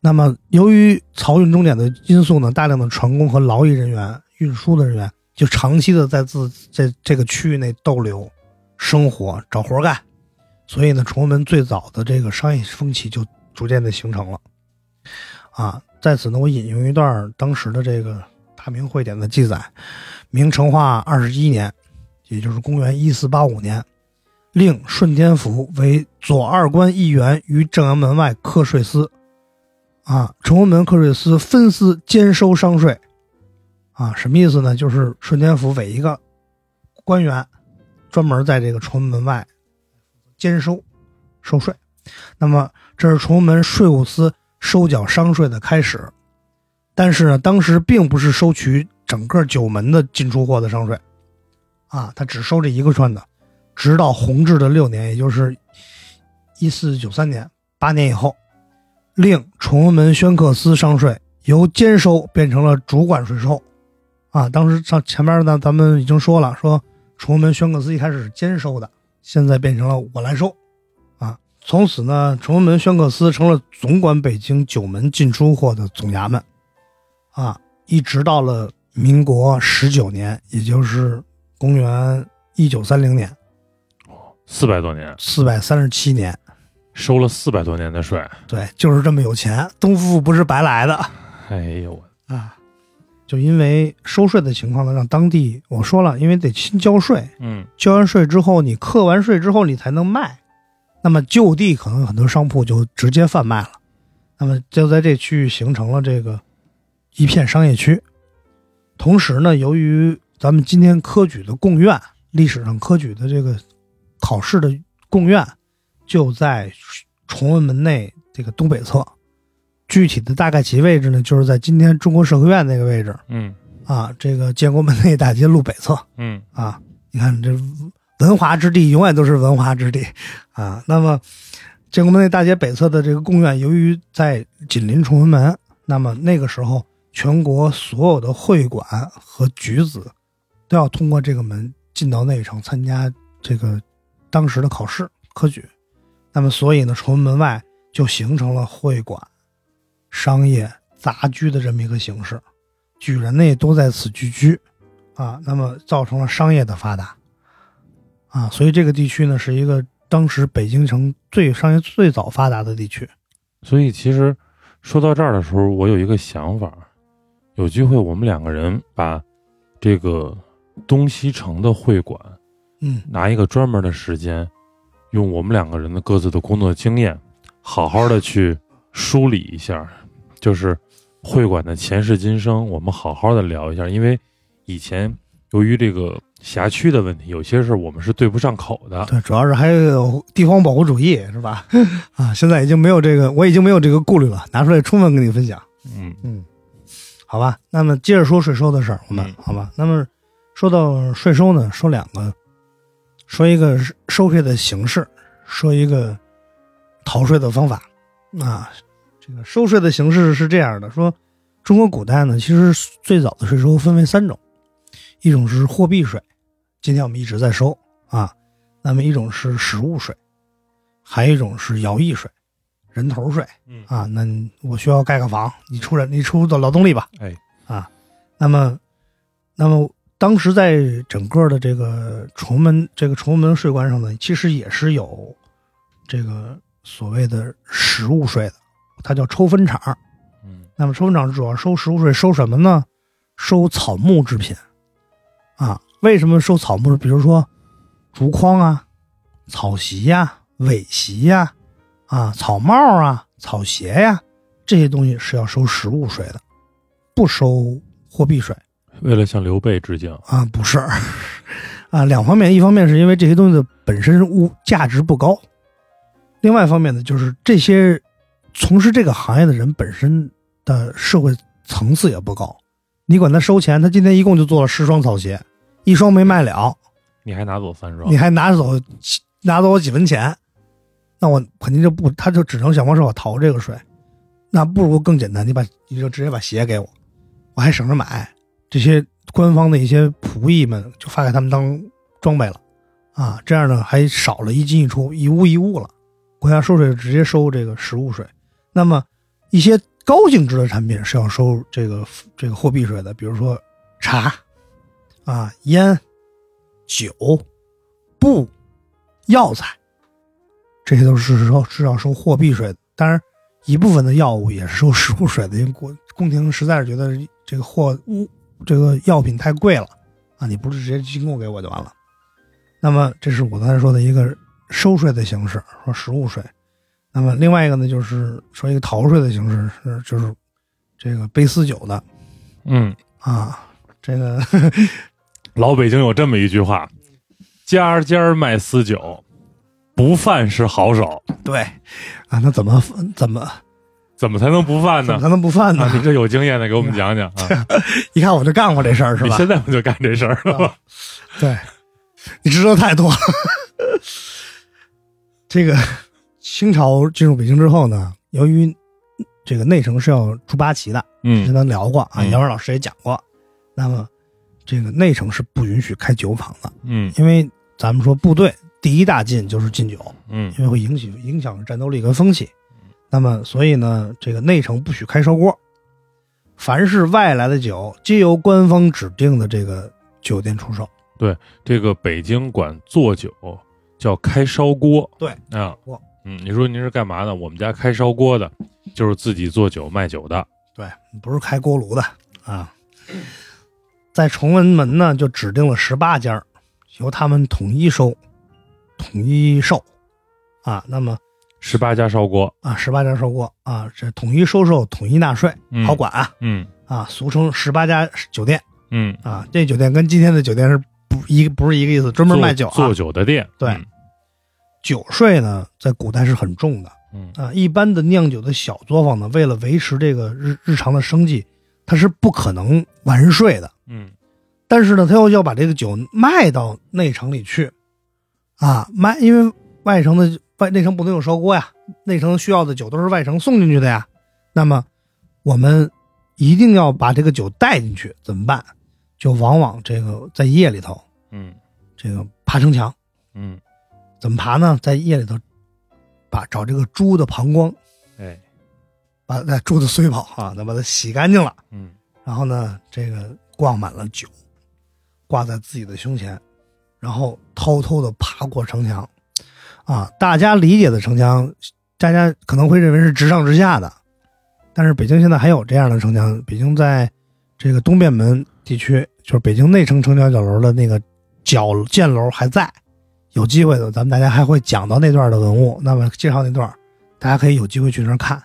A: 那么，由于漕运终点的因素呢，大量的船工和劳役人员、运输的人员就长期的在自这这个区域内逗留、生活、找活干，所以呢，崇文门最早的这个商业风气就逐渐的形成了。啊，在此呢，我引用一段当时的这个《大明会典》的记载：明成化二十一年，也就是公元一四八五年，令顺天府为左二官一员于正阳门外课税司，啊，崇文门课税司分司兼收商税，啊，什么意思呢？就是顺天府委一个官员，专门在这个崇文门外兼收收税。那么，这是崇文门税务司收缴商税的开始，但是呢，当时并不是收取整个九门的进出货的商税，啊，他只收这一个川的，直到弘治的六年，也就是一四九三年，八年以后，令崇文门宣克司商税由监收变成了主管税收。啊，当时上前面呢，咱们已经说了，说崇文门宣克司一开始是监收的，现在变成了我来收。啊，从此呢，崇文门宣克司成了总管北京九门进出货的总衙门。啊，一直到了民国十九年，也就是公元一九三零年，
B: 四百多年，
A: 四百三十七年，
B: 收了四百多年的税，
A: 对，就是这么有钱，东夫不是白来的
B: 哎呦我，
A: 啊！就因为收税的情况呢，让当地我说了，因为得先交税，
B: 嗯
A: 交完税之后，你课完税之后，你才能卖。那么就地可能有很多商铺就直接贩卖了，那么就在这区域形成了这个一片商业区。同时呢，由于咱们今天科举的贡院，历史上科举的这个考试的贡院就在崇文门内这个东北侧，具体的大概其位置呢，就是在今天中国社科院那个位置
B: 嗯
A: 啊，这个建国门内大街路北侧。
B: 嗯
A: 啊，你看这文华之地永远都是文华之地啊。那么建国门内大街北侧的这个贡院，由于在紧邻崇文门，那么那个时候全国所有的会馆和举子都要通过这个门进到内城参加这个当时的考试科举。那么所以呢，崇文门外就形成了会馆、商业、杂居的这么一个形式，举人呢也都在此聚居。啊，那么造成了商业的发达，啊，所以这个地区呢是一个当时北京城最商业最早发达的地区。
B: 所以其实说到这儿的时候，我有一个想法，有机会我们两个人把这个东西城的会馆
A: 嗯，
B: 拿一个专门的时间，用我们两个人的各自的工作经验，好好的去梳理一下，就是会馆的前世今生，我们好好的聊一下。因为以前由于这个辖区的问题，有些事我们是对不上口的。
A: 对，主要是还有地方保护主义是吧？ 啊，现在已经没有这个，我已经没有这个顾虑了，拿出来充分跟你分享。
B: 嗯
A: 嗯，好吧，那么接着说税收的事儿，我们、
B: 嗯
A: 好吧。那么说到税收呢，说两个，说一个是收税的形式，说一个逃税的方法。啊，这个收税的形式是这样的：说中国古代呢，其实最早的税收分为三种，一种是货币税，今天我们一直在收啊；那么一种是实物税，还有一种是徭役税、人头税。
B: 嗯
A: 啊，那我需要盖个房，你出人，你出的劳动力吧，
B: 哎，
A: 啊，那么，那么当时在整个的这个崇文门这个崇文门税关上呢，其实也是有这个所谓的实物税的，它叫抽分厂。
B: 嗯
A: 那么抽分厂主要收实物税，收什么呢？收草木制品啊。为什么收草木？比如说竹筐啊、草席呀、苇席呀、啊、草帽啊、草鞋呀、这些东西是要收实物税的，不收货币税
B: 为了向刘备致敬，
A: 啊。不是 啊，两方面，一方面是因为这些东西的本身物价值不高，另外一方面呢，就是这些从事这个行业的人本身的社会层次也不高。你管他收钱，他今天一共就做了十双草鞋，一双没卖了，
B: 你还拿走三双
A: 你，还拿走几拿走我几文钱，那我肯定就不，他就只能想方设法逃这个税。那不如更简单，你把你就直接把鞋给我，我还省着买。这些官方的一些仆役们就发给他们当装备了，啊，这样呢还少了一进一出，一物一物了。国家收税就直接收这个实物税，那么一些高净值的产品是要收这个这个货币税的，比如说茶，啊，烟，酒，布、药材，这些都是收是要收货币税的。当然，一部分的药物也是收实物税的，因为国宫廷实在是觉得这个货物这个药品太贵了啊，你不是直接进贡给我就完了。那么，这是我刚才说的一个收税的形式，说实物税。那么另外一个呢，就是说一个逃税的形式是就是这个背私酒的
B: 嗯，
A: 啊，这个
B: 老北京有这么一句话：“家家卖私酒，不犯是好手。
A: 对啊，那怎么怎么”
B: 怎么才能不犯
A: 怎么
B: 呢？
A: 才能不犯呢
B: 啊，？你这有经验的，给我们讲讲啊！
A: 一看我就干过这事儿是
B: 你
A: 吧？
B: 现在不就干这事儿了吗？
A: 对，你知道太多了。这个清朝进入北京之后呢，由于这个内城是要出八旗的，之前
B: 嗯
A: 咱聊过啊，
B: 嗯
A: 姚文老师也讲过。那么，这个内城是不允许开酒坊的，
B: 嗯
A: 因为咱们说部队第一大禁就是禁酒，
B: 嗯
A: 因为会影响影响战斗力跟风气。那么，所以呢，这个内城不许开烧锅，凡是外来的酒，皆由官方指定的这个酒店出售。
B: 这个北京管做酒叫开烧锅，
A: 对
B: 啊
A: 锅，
B: 嗯，你说您是干嘛的？我们家开烧锅的，就是自己做酒卖酒的，
A: 对，不是开锅炉的啊。在崇文门呢，就指定了十八家儿，由他们统一收、统一售啊。那么
B: 十八家烧锅，
A: 啊，十八家烧锅啊，这统一收受、统一纳税，
B: 嗯
A: 好管啊
B: 嗯
A: 啊，俗称十八家酒店
B: 嗯，
A: 啊。这酒店跟今天的酒店是不一不是一个意思，专门
B: 做
A: 卖酒啊
B: 做。酒的店，
A: 对
B: 嗯
A: 酒税呢，在古代是很重的
B: 嗯
A: 啊。一般的酿酒的小作坊呢，为了维持这个日日常的生计，它是不可能完税的。
B: 嗯
A: 但是呢，他又要把这个酒卖到内城里去，啊，卖，因为外城的外内城不能有烧锅呀，内城需要的酒都是外城送进去的呀。那么我们一定要把这个酒带进去，怎么办？就往往这个在夜里头，
B: 嗯
A: 这个爬城墙
B: 嗯，
A: 怎么爬呢？在夜里头把找这个猪的膀胱，
B: 哎，
A: 把那猪的髓宝啊，咱把它洗干净了，
B: 嗯
A: 然后呢，这个挂满了酒，挂在自己的胸前，然后偷偷的爬过城墙。啊，大家理解的城墙，大家可能会认为是直上直下的，但是北京现在还有这样的城墙。北京在这个东便门地区，就是北京内城城墙角楼的那个角建楼还在。有机会的，咱们大家还会讲到那段的文物，那么介绍那段，大家可以有机会去那儿看。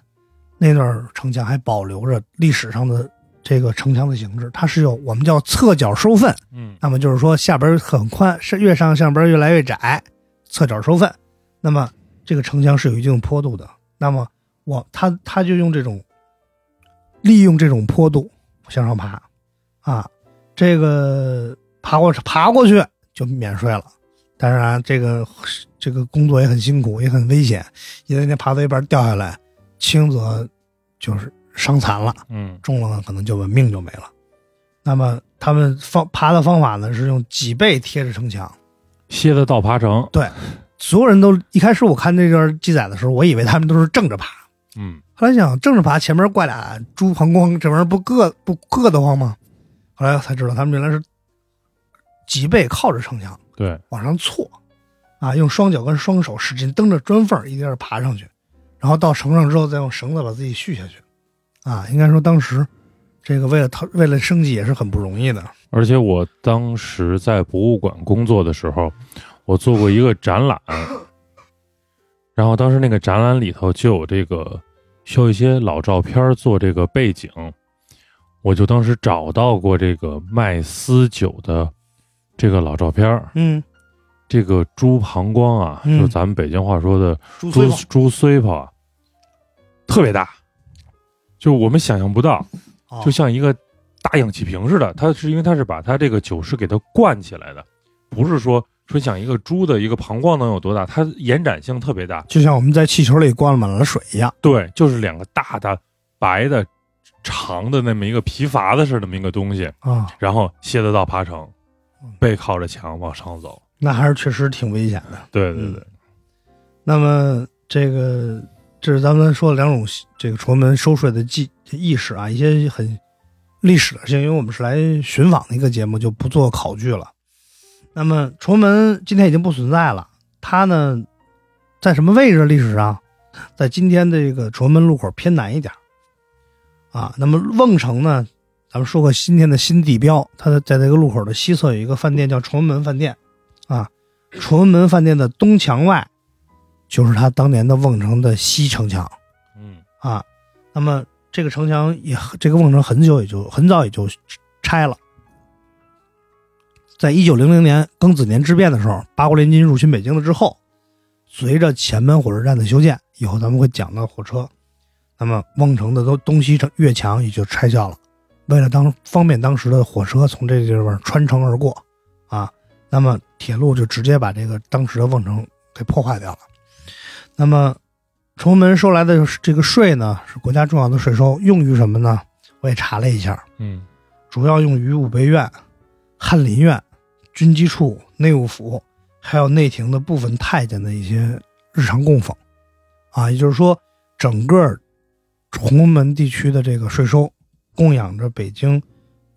A: 那段城墙还保留着历史上的这个城墙的形制，它是有我们叫侧角收分，
B: 嗯
A: 那么就是说下边很宽，是越上下边越来越窄，侧角收分。那么这个城墙是有一定坡度的。那么我他他就用这种利用这种坡度向上爬，啊，这个爬过爬过去就免税了。啊当然、这个这个工作也很辛苦，也很危险，因为那爬到一半掉下来，轻则就是伤残了。
B: 嗯
A: 中了呢，可能就把命就没了。那么他们方爬的方法呢，是用脊背贴着城墙。
B: 蝎子倒爬城，
A: 所有人都一开始我看这段记载的时候，我以为他们都是正着爬，
B: 嗯
A: 后来想正着爬前面挂俩猪膀胱，这玩意儿不硌不硌得慌吗？后来才知道他们原来是脊背靠着城墙
B: 对，
A: 往上错，啊，用双脚跟双手使劲蹬着砖缝儿，一点儿爬上去，然后到绳上之后再用绳子把自己续下去。啊，应该说当时这个为了逃为了生计也是很不容易的。
B: 而且我当时在博物馆工作的时候，我做过一个展览， 然后当时那个展览里头就有这个需要一些老照片儿做这个背景，我就当时找到过这个卖私酒的这个老照片儿，
A: 嗯，
B: 这个猪膀胱啊，
A: 嗯
B: 就咱们北京话说的
A: 猪
B: 猪猪腮泡啊，特别大，就我们想象不到。
A: 哦
B: 就像一个大氧气瓶似的。它是因为它是把它这个酒是给它灌起来的，不是说说像一个猪的一个膀胱能有多大，它延展性特别大。
A: 就像我们在气球里灌满了水一样。
B: 对，就是两个大的白的长的那么一个皮筏子似的那么一个东西，
A: 啊，
B: 然后蝎子到爬城
A: 嗯，
B: 背靠着墙往上走。
A: 那还是确实挺危险的。
B: 对对对，
A: 那么这个这是咱们说的两种这个崇文门收税的记意识啊，一些很历史的事情，因为我们是来寻访的一个节目，就不做考据了。那么崇文门今天已经不存在了，它呢在什么位置？历史上，在今天这个崇文门路口偏南一点儿啊。那么瓮城呢，咱们说过今天的新地标，它在这个路口的西侧有一个饭店叫崇文门饭店啊。崇文门饭店的东墙外就是他当年的瓮城的西城墙
B: 嗯
A: 啊。那么这个城墙也这个瓮城很久也就很早也就拆了。在一九零零年庚子年之变的时候，八国联军入侵北京了之后，随着前门火车站的修建，以后咱们会讲到火车，那么瓮城的东东西城越墙也就拆掉了，为了当方便当时的火车从这地方穿城而过啊，那么铁路就直接把这个当时的瓮城给破坏掉了。那么，崇文门收来的这个税呢，是国家重要的税收，用于什么呢？我也查了一下，
B: 嗯
A: 主要用于武备院、翰林院、军机处、内务府，还有内廷的部分太监的一些日常供奉。啊，也就是说，整个崇文门地区的这个税收，供养着北京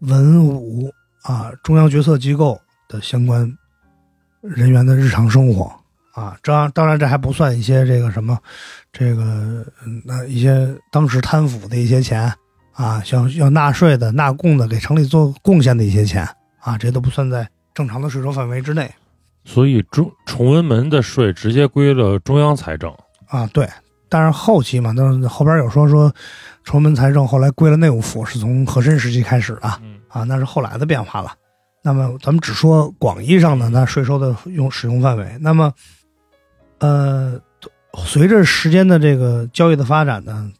A: 文武啊中央决策机构的相关人员的日常生活啊。这样当然这还不算一些这个什么，这个那、呃、一些当时贪腐的一些钱啊，像要纳税的、纳贡的，给城里做贡献的一些钱啊，这些都不算在正常的税收范围之内。
B: 所以中崇文门的税直接归了中央财政。
A: 啊，对。但是后期嘛，但是后边有说说，崇文门财政后来归了内务府，是从和珅时期开始的
B: 嗯
A: 啊，那是后来的变化了。那么咱们只说广义上的那税收的用使用范围。那么，呃，随着时间的这个交易的发展呢，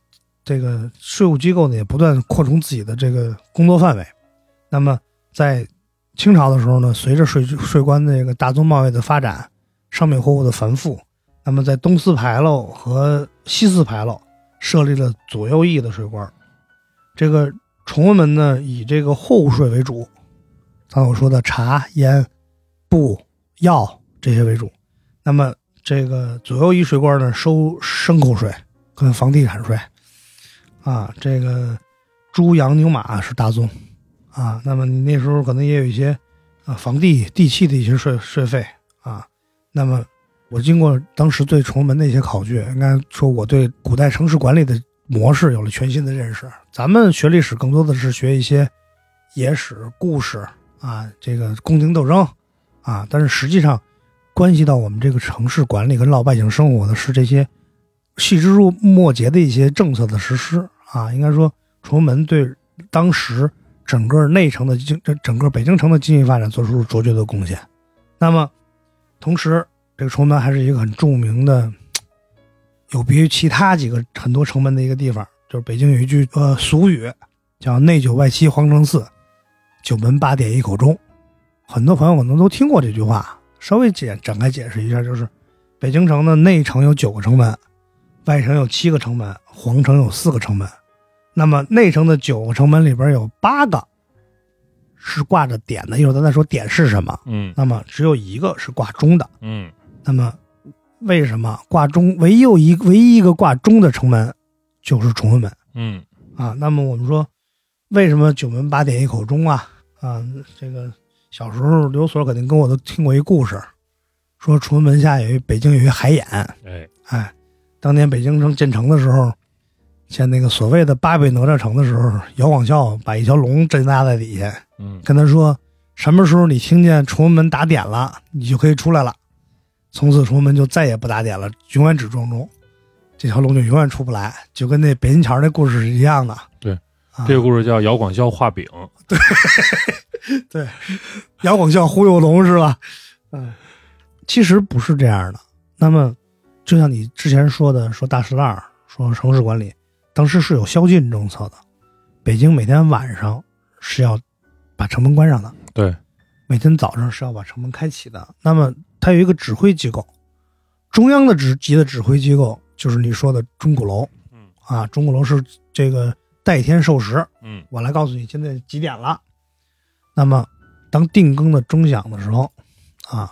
A: 这个税务机构呢也不断扩充自己的这个工作范围。那么在清朝的时候呢，随着税税关这个大宗贸易的发展，商品货物的繁复，那么在东四牌楼和西四牌楼设立了左右翼的税官儿。这个崇文门呢，以这个货物税为主，刚才我说的茶、烟、布、药这些为主。那么这个左右翼税官呢，收牲口税跟房地产税，啊，这个猪羊牛马是大宗，啊，那么那时候可能也有一些啊房地地契的一些税税费啊。那么我经过当时对崇文门的一些考据，应该说我对古代城市管理的模式有了全新的认识。咱们学历史更多的是学一些野史、故事啊，这个宫廷斗争啊，但是实际上关系到我们这个城市管理跟老百姓生活的是这些细枝入末节的一些政策的实施啊。应该说，崇文门对当时整个内城的经，这整个北京城的经济发展做出了卓绝的贡献。那么，同时这个崇文门还是一个很著名的，有别于其他几个很多城门的一个地方，就是北京有一句呃俗语叫“内九外七皇城四，九门八点一口钟”，很多朋友可能都听过这句话。稍微解展开解释一下，就是北京城的内城有九个城门，外城有七个城门，皇城有四个城门。那么内城的九个城门里边有八个是挂着点的，一会儿咱再说点是什么。
B: 嗯
A: 那么只有一个是挂钟的。
B: 嗯
A: 那么，为什么挂钟唯有一唯一一个挂钟的城门就是崇文门
B: 嗯
A: 啊？那么我们说，为什么九门八点一口钟啊？啊，这个小时候刘所肯定啊跟我都听过一故事，说崇文门下有一北京有一海眼，
B: 哎
A: 哎，当年北京城建成的时候，建那个所谓的八倍哪吒城的时候，姚广孝把一条龙镇压在底下，
B: 嗯
A: 跟他说，什么时候你听见崇文门打点了，你就可以出来了。从此崇文门就再也不打点了，永远只撞钟，这条龙就永远出不来，就跟那北新桥那故事是一样的。
B: 对
A: 啊，
B: 这个故事叫姚广孝画饼。
A: 姚广孝忽悠龙是吧？嗯，其实不是这样的。那么，就像你之前说的，说大石烂儿，说城市管理，当时是有宵禁政策的。北京每天晚上是要把城门关上的，
B: 对，
A: 每天早上是要把城门开启的。那么它有一个指挥机构，中央的指级的指挥机构就是你说的钟鼓楼
B: 嗯
A: 啊，钟鼓楼是这个代天授时，
B: 嗯
A: 我来告诉你现在几点了。那么，当定更的钟响的时候，啊，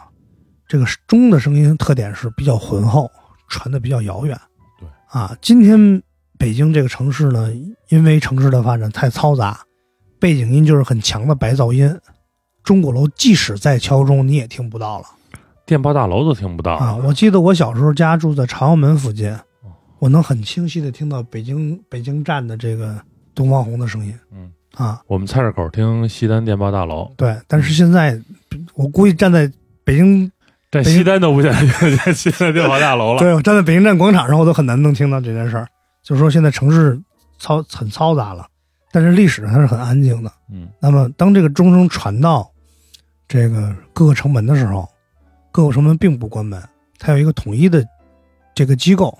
A: 这个钟的声音特点是比较浑厚，传的比较遥远。
B: 对
A: 啊，今天北京这个城市呢，因为城市的发展太嘈杂，背景音就是很强的白噪音，钟鼓楼即使在敲钟，你也听不到了。
B: 电报大楼都听不到
A: 啊，我记得我小时候家住在朝阳门附近，
B: 哦
A: 我能很清晰的听到北京北京站的这个东方红的声音
B: 嗯，
A: 啊。
B: 我们菜市口听西单电报大楼，
A: 对，但是现在我估计站在北京，
B: 站西单都不想听西单电报大楼了。
A: 对我站在北京站广场上，我都很难能听到这件事儿。就是说，现在城市嘈很嘈杂了，但是历史上它是很安静的。
B: 嗯
A: 那么，当这个钟声传到这个各个城门的时候，各个城门并不关门，它有一个统一的这个机构，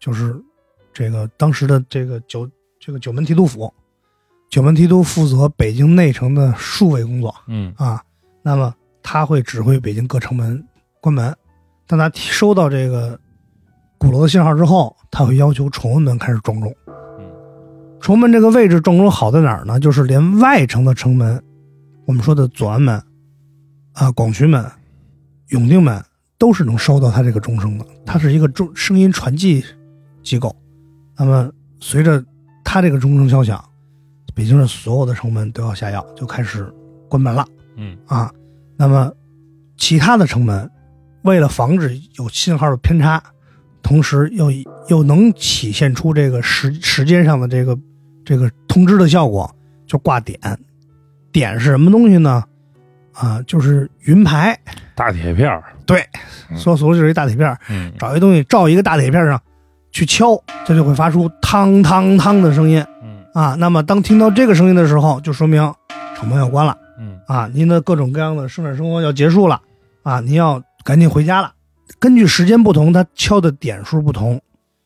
A: 就是这个当时的这个九这个九门提督府，九门提督负责北京内城的戍卫工作。
B: 嗯
A: 啊，那么他会指挥北京各城门关门。当他收到这个鼓楼的信号之后，他会要求崇文门开始装容。
B: 嗯，
A: 崇文门这个位置装容好在哪儿呢？就是连外城的城门，我们说的左安门、啊、广渠门、永定门，都是能收到他这个钟声的。
B: 嗯
A: 它是一个中声音传递机构。那么随着他这个钟声敲响，北京的所有的城门都要下药，就开始关门了。
B: 嗯
A: 啊。那么，其他的城门为了防止有信号的偏差，同时又又能体现出这个时时间上的这个这个通知的效果，就挂点。点是什么东西呢？啊，就是云牌，
B: 大铁片儿，嗯
A: 说俗了就是一大铁片儿，
B: 嗯
A: 找一东西照一个大铁片儿上去敲，它就会发出汤汤汤的声音
B: 嗯
A: 啊。那么当听到这个声音的时候，就说明城门要关了。
B: 嗯
A: 啊，您的各种各样的生产生活要结束了，啊，您要赶紧回家了。根据时间不同，它敲的点数不同，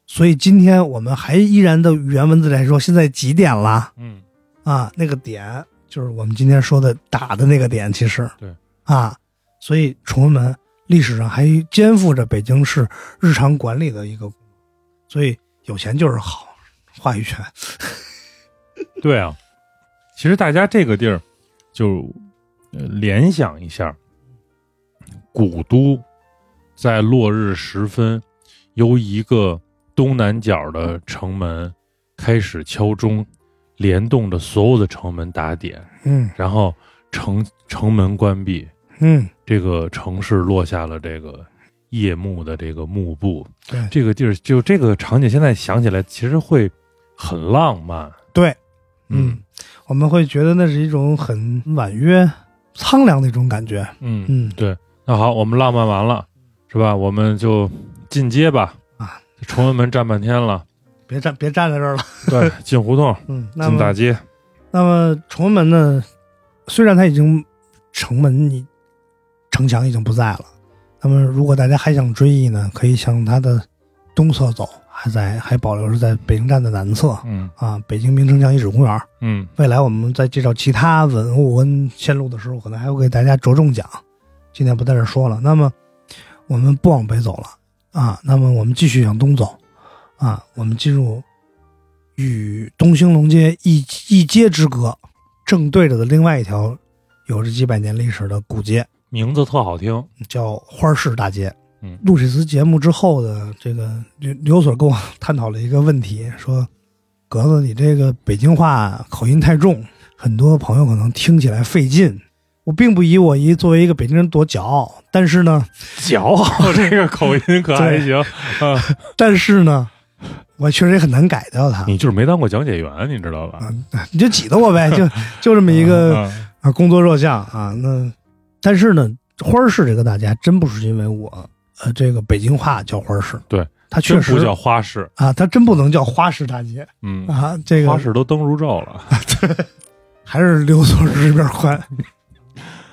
A: 所以今天我们还依然的语言文字来说，现在几点了？
B: 嗯
A: 啊，那个点就是我们今天说的打的那个点，其实
B: 对
A: 啊，所以崇文门历史上还肩负着北京市日常管理的一个，所以有钱就是好，话语权，
B: 对啊，其实大家这个地儿就呃联想一下，古都在落日时分，由一个东南角的城门开始敲钟，联动着所有的城门打点，
A: 嗯
B: 然后城城门关闭，
A: 嗯，
B: 这个城市落下了这个夜幕的这个幕布。
A: 对
B: 这个地儿就这个场景，现在想起来其实会很浪漫。
A: 对，嗯，我们会觉得那是一种很婉约、苍凉的一种感觉。
B: 嗯嗯，
A: 嗯，
B: 那好，我们浪漫完了，是吧？我们就进街吧。
A: 啊，
B: 崇文门站半天了，
A: 别站别站在这儿了。
B: 对，进胡同，
A: 嗯， 那
B: 进大
A: 么
B: 街。
A: 那么崇文门呢？虽然它已经城门你城墙已经不在了，那么如果大家还想追忆呢，可以向它的东侧走，还在还保留是在北京站的南侧
B: 嗯
A: 啊，北京明城墙遗址公园。
B: 嗯
A: 未来我们在介绍其他文物跟线路的时候，可能还会给大家着重讲，今天不在这儿说了。那么我们不往北走了啊，那么我们继续向东走啊，我们进入与东兴隆街一一街之隔，正对着的另外一条有着几百年历史的古街，
B: 名字特好听。
A: 叫花市大街。
B: 嗯
A: 录这次节目之后的这个刘刘所跟我探讨了一个问题，说格子，你这个北京话口音太重，很多朋友可能听起来费劲。我并不以我一作为一个北京人多骄傲，但是呢，
B: 脚， 这个口音可还行。啊，
A: 但是呢，我确实也很难改掉它。
B: 你就是没当过讲解员，你知道吧？
A: 你就挤得我呗， 就就这么啊一个
B: 嗯，嗯
A: 啊，工作弱项啊。那但是呢，花儿市这个大家真不是因为我呃这个北京话叫花儿市，
B: 对，
A: 它
B: 真
A: 确实
B: 不叫花市。
A: 啊，它真不能叫花市大街
B: 嗯，
A: 啊，这
B: 花
A: 个
B: 市都灯如昼了。
A: 还是刘所指这边宽。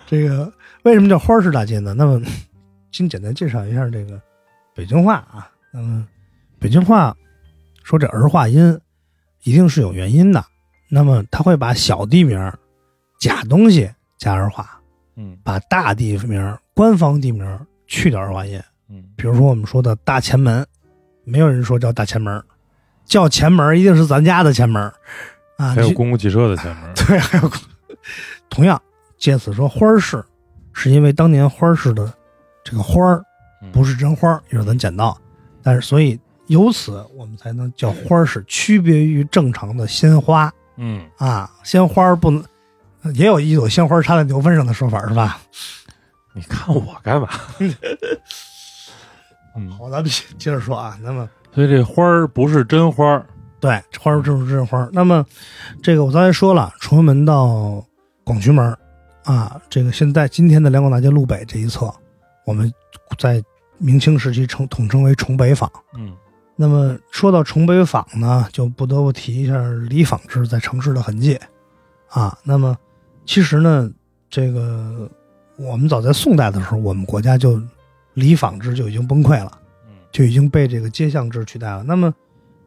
A: 这个为什么叫花市大街呢？那么，先简单介绍一下这个北京话啊。那么，北京话说这儿化音一定是有原因的。那么，他会把小地名儿、假东西加儿化，
B: 嗯
A: 把大地名儿、官方地名儿去掉儿化音。
B: 嗯
A: 比如说我们说的大前门，没有人说叫大前门儿，叫前门儿一定是咱家的前门儿啊。
B: 还有
A: 你
B: 公共汽车的前面。
A: 对，还有公 同样借此说花儿市，是因为当年花儿市的这个花儿
B: 嗯
A: 不是真花儿，也是咱捡到，但是所以由此我们才能叫花儿市，区别于正常的鲜花
B: 嗯，
A: 啊，鲜花儿不能。呃也有一朵鲜花插在牛粪上的说法是吧？
B: 你看我干嘛？嗯，
A: 好，咱们接着说啊。那么，
B: 所以这花儿不是真花儿，
A: 对，花儿就是这花儿。那么，这个我刚才说了，崇文门到广渠门儿啊，这个现在今天的两广大街路北这一侧，我们在明清时期称统称为崇北坊。
B: 嗯
A: 那么说到崇北坊呢，就不得不提一下李仿制在城市的痕迹啊。那么其实呢，这个我们早在宋代的时候，我们国家就李仿制就已经崩溃了。
B: 嗯
A: 就已经被这个街巷制取代了。那么，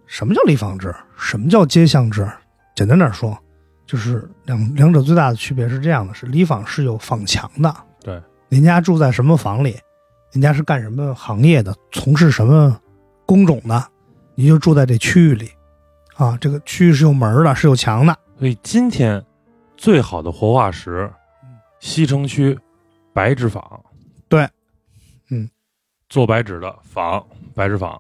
A: 什么叫立坊制？什么叫街巷制？简单点说，就是两两者最大的区别是这样的：是立坊是有坊墙的，
B: 对，
A: 您家住在什么房里，您家是干什么行业的，从事什么工种的，你就住在这区域里，啊，这个区域是有门儿的，是有墙的，
B: 所以今天最好的活化石
A: 嗯，
B: 西城区白纸坊。
A: 对，嗯，
B: 做白纸的坊，白纸坊。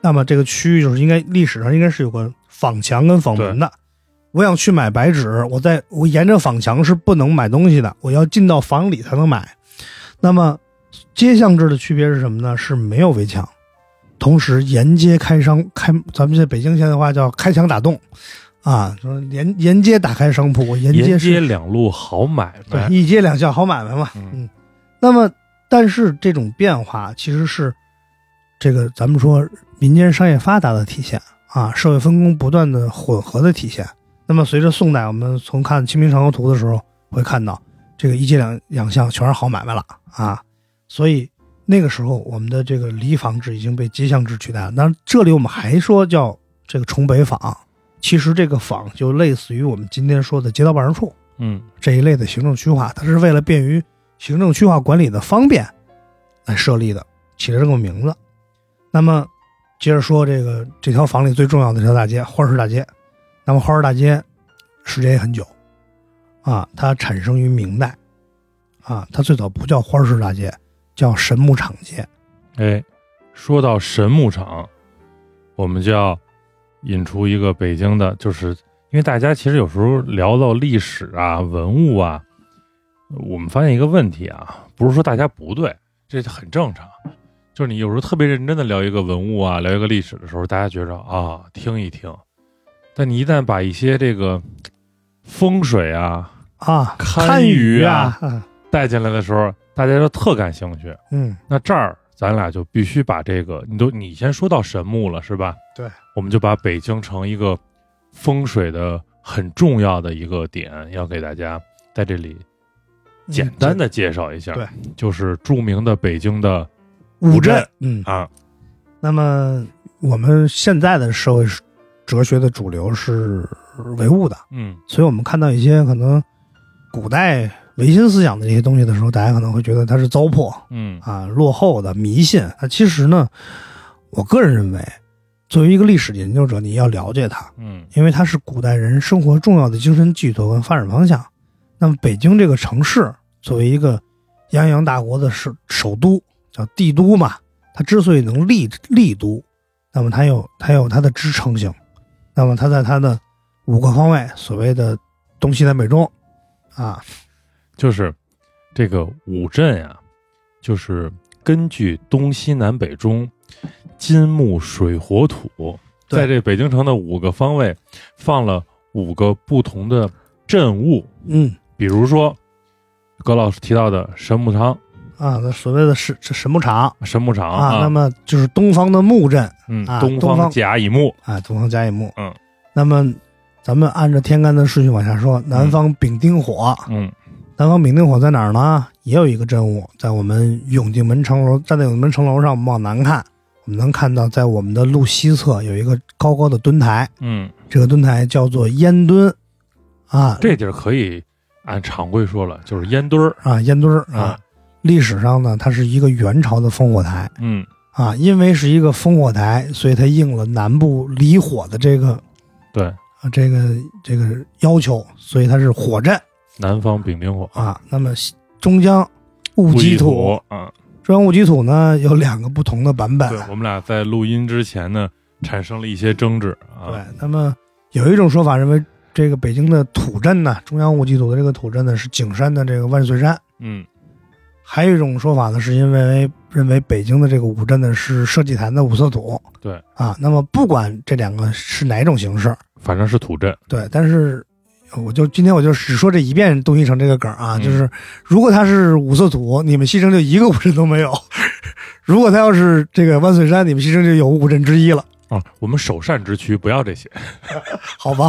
A: 那么这个区域就是应该历史上应该是有个坊墙跟坊门的。我想去买白纸，我在我沿着坊墙是不能买东西的，我要进到坊里才能买。那么街巷制的区别是什么呢？是没有围墙，同时沿街开商开，咱们这北京现在的话叫开墙打洞啊，说沿沿街打开商铺，我沿街
B: 沿
A: 是
B: 街两路好买
A: 对
B: 卖。
A: 一街两巷好买卖嘛。
B: 哎嗯
A: 那么，但是这种变化其实是这个咱们说民间商业发达的体现啊，社会分工不断的混合的体现。那么，随着宋代，我们从看《清明上河图》的时候会看到，这个一街两两巷全是好买卖了啊。所以那个时候，我们的这个里坊制已经被街巷制取代了。那这里我们还说叫这个重北坊，其实这个坊就类似于我们今天说的街道办事处。
B: 嗯，
A: 这一类的行政区划，它是为了便于行政区划管理的方便来设立的，起了这个名字。那么，接着说这个这条房里最重要的一条大街——花市大街。那么，花市大街时间也很久啊，它产生于明代啊，它最早不叫花市大街，叫神木场街。
B: 哎，说到神牧场，我们就要引出一个北京的，就是因为大家其实有时候聊到历史啊、文物啊，我们发现一个问题啊，不是说大家不对，这很正常。就是你有时候特别认真的聊一个文物啊，聊一个历史的时候，大家觉着啊，听一听。但你一旦把一些这个风水啊
A: 啊，
B: 堪
A: 堪
B: 舆
A: 舆
B: 啊
A: 啊，
B: 带进来的时候，大家就特感兴趣。
A: 嗯，
B: 那这儿咱俩就必须把这个，你都你先说到神木了是吧？
A: 对，
B: 我们就把北京城一个风水的很重要的一个点，要给大家在这里简单的介绍一下。
A: 嗯对，
B: 就是著名的北京的
A: 五
B: 古镇
A: 镇，嗯，
B: 啊，
A: 那么我们现在的社会哲学的主流是唯物的，
B: 嗯
A: 所以我们看到一些可能古代唯心思想的这些东西的时候，大家可能会觉得它是糟粕
B: 嗯
A: 啊、落后的、迷信啊。其实呢，我个人认为，作为一个历史研究者，你要了解它，
B: 嗯
A: 因为它是古代人生活重要的精神寄托跟发展方向。那么，北京这个城市作为一个泱泱大国的首首都，叫帝都嘛，它之所以能立立都，那么它有它有它的支撑性。那么它在它的五个方位，所谓的东西南北中，啊，
B: 就是这个五镇呀、就是根据东西南北中金木水火土，
A: 对
B: 在这北京城的五个方位放了五个不同的镇物，
A: 嗯
B: 比如说葛老师提到的神木场、
A: 啊，那所谓的神神木场
B: 神木场
A: 啊，那么就是东方的木镇
B: 嗯，
A: 啊
B: 东
A: 东
B: 方
A: 方
B: 甲乙木，
A: 啊，东方甲乙木，
B: 嗯，
A: 那么咱们按照天干的顺序往下说，南方丙丁火，
B: 嗯
A: 南方丙丁火在哪儿呢？也有一个镇物，在我们永定门城楼，站在永定门城楼上，我们往南看，我们能看到，在我们的路西侧有一个高高的墩台，
B: 嗯，
A: 这个墩台叫做烟墩，啊，
B: 这地儿可以按常规说了，就是烟墩儿
A: 啊烟墩儿啊
B: 啊，，
A: 历史上呢，它是一个元朝的烽火台
B: 嗯
A: 啊，因为是一个烽火台，所以它应了南部离火的这个
B: 对，
A: 啊这个这个要求，所以它是火镇
B: 南方丙丁火，
A: 啊。那么西中江戊
B: 戊
A: 己
B: 己
A: 土。
B: 啊，
A: 中央戊己土呢有两个不同的版 本，啊
B: 对我们俩在录音之前呢，产生了一些争执啊。
A: 对，那么有一种说法认为，这个北京的土镇呢，中央戊己土的这个土镇呢是景山的这个万岁山；
B: 嗯
A: 还有一种说法呢，是因为认为北京的这个五镇呢是社稷坛的五色土。
B: 对
A: 啊，那么不管这两个是哪种形式，，
B: 反正是土镇，
A: 对，但是我就今天我就只说这一遍东西城这个梗啊，
B: 嗯
A: 就是如果它是五色土，你们西城就一个五镇都没有； 如果它要是这个万岁山，你们西城就有五镇之一了。
B: 啊，我们首善之区不要这些。
A: 好吧，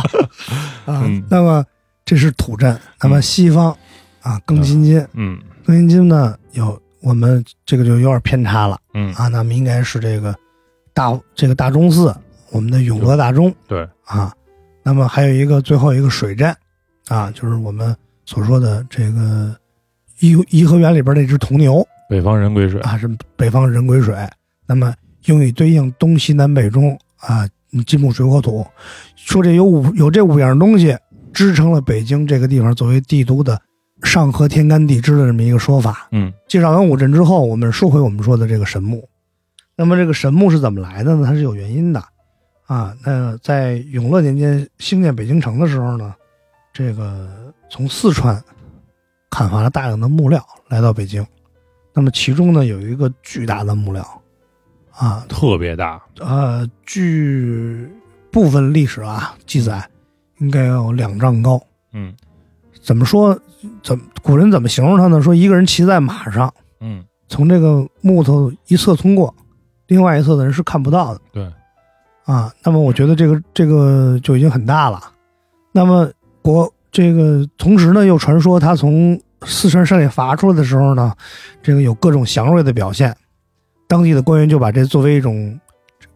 A: 啊，
B: 嗯
A: 那么这是土镇，那么西方、啊，庚辛金，
B: 嗯
A: 庚辛金呢有我们这个就有点偏差了
B: 嗯，
A: 啊，那么应该是这个大这个大钟寺，我们的永乐大钟
B: 对，
A: 啊，那么还有一个最后一个水镇啊，就是我们所说的这个颐颐和园里边那只铜牛
B: 北方人 归水，
A: 啊，是北方人癸水。那么用以对应东西南北中啊，金木水火土。说这有五有这五样东西支撑了北京这个地方作为帝都的上合天干地支的这么一个说法。
B: 嗯
A: 介绍完五镇之后，我们说回我们说的这个神木。那么这个神木是怎么来的呢？它是有原因的啊。那在永乐年间兴建北京城的时候呢，这个从四川砍伐了大量的木料来到北京。那么其中呢有一个巨大的木料啊，
B: 特别大，
A: 呃，据部分历史啊记载，应该有两丈高。
B: 嗯
A: 怎么说？怎么古人怎么形容它呢？说一个人骑在马上。
B: 嗯，
A: 从这个木头一侧通过，另外一侧的人是看不到的
B: 对，
A: 啊。那么我觉得这个这个就已经很大了。那么国这个同时呢，又传说他从四川山里伐出来的时候呢，这个有各种祥瑞的表现，当地的官员就把这作为一种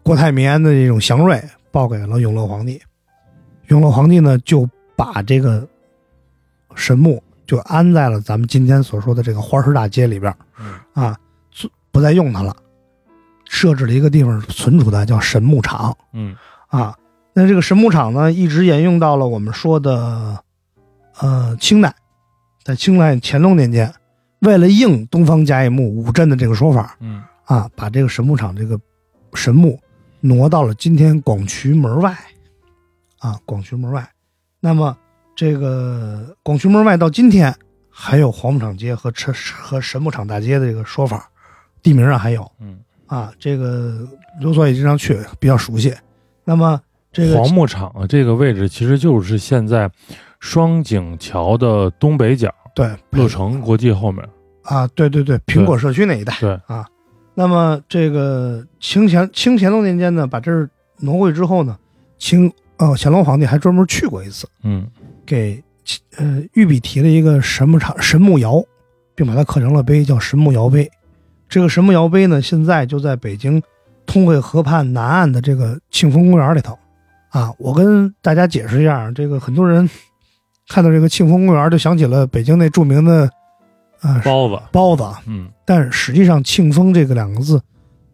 A: 国泰民安的这种祥瑞报给了永乐皇帝。永乐皇帝呢，就把这个神木就安在了咱们今天所说的这个花市大街里边儿
B: 嗯
A: 啊，存不再用它了，设置了一个地方存储它，叫神木场
B: 嗯
A: 啊。那这个神木场呢，一直沿用到了我们说的呃清代，在清代乾隆年间，为了应东方甲乙木五镇的这个说法
B: 嗯
A: 啊，把这个神木场这个神木挪到了今天广渠门外啊，广渠门外。那么这个广渠门外到今天还有黄木场街和陈和神木场大街的这个说法，地名上还有。
B: 嗯，
A: 啊，这个刘所也经常去，比较熟悉。那么这个
B: 黄木场啊，这个位置其实就是现在双井桥的东北角，
A: 对
B: 乐城国际后面，
A: 啊，对对对，苹果社区那一带
B: 对，
A: 啊。那么这个清乾清乾隆年间呢，把这儿挪过去之后呢，清呃乾隆皇帝还专门去过一次，
B: 嗯
A: 给呃御笔提了一个神木场神木窑，并把它刻成了碑，叫神木窑碑。这个神木窑碑呢，现在就在北京通惠河畔南岸的这个庆丰公园里头。啊，我跟大家解释一下，这个很多人看到这个庆丰公园就想起了北京那著名的呃
B: 包子，
A: 包子，
B: 嗯
A: 但实际上“庆丰”这个两个字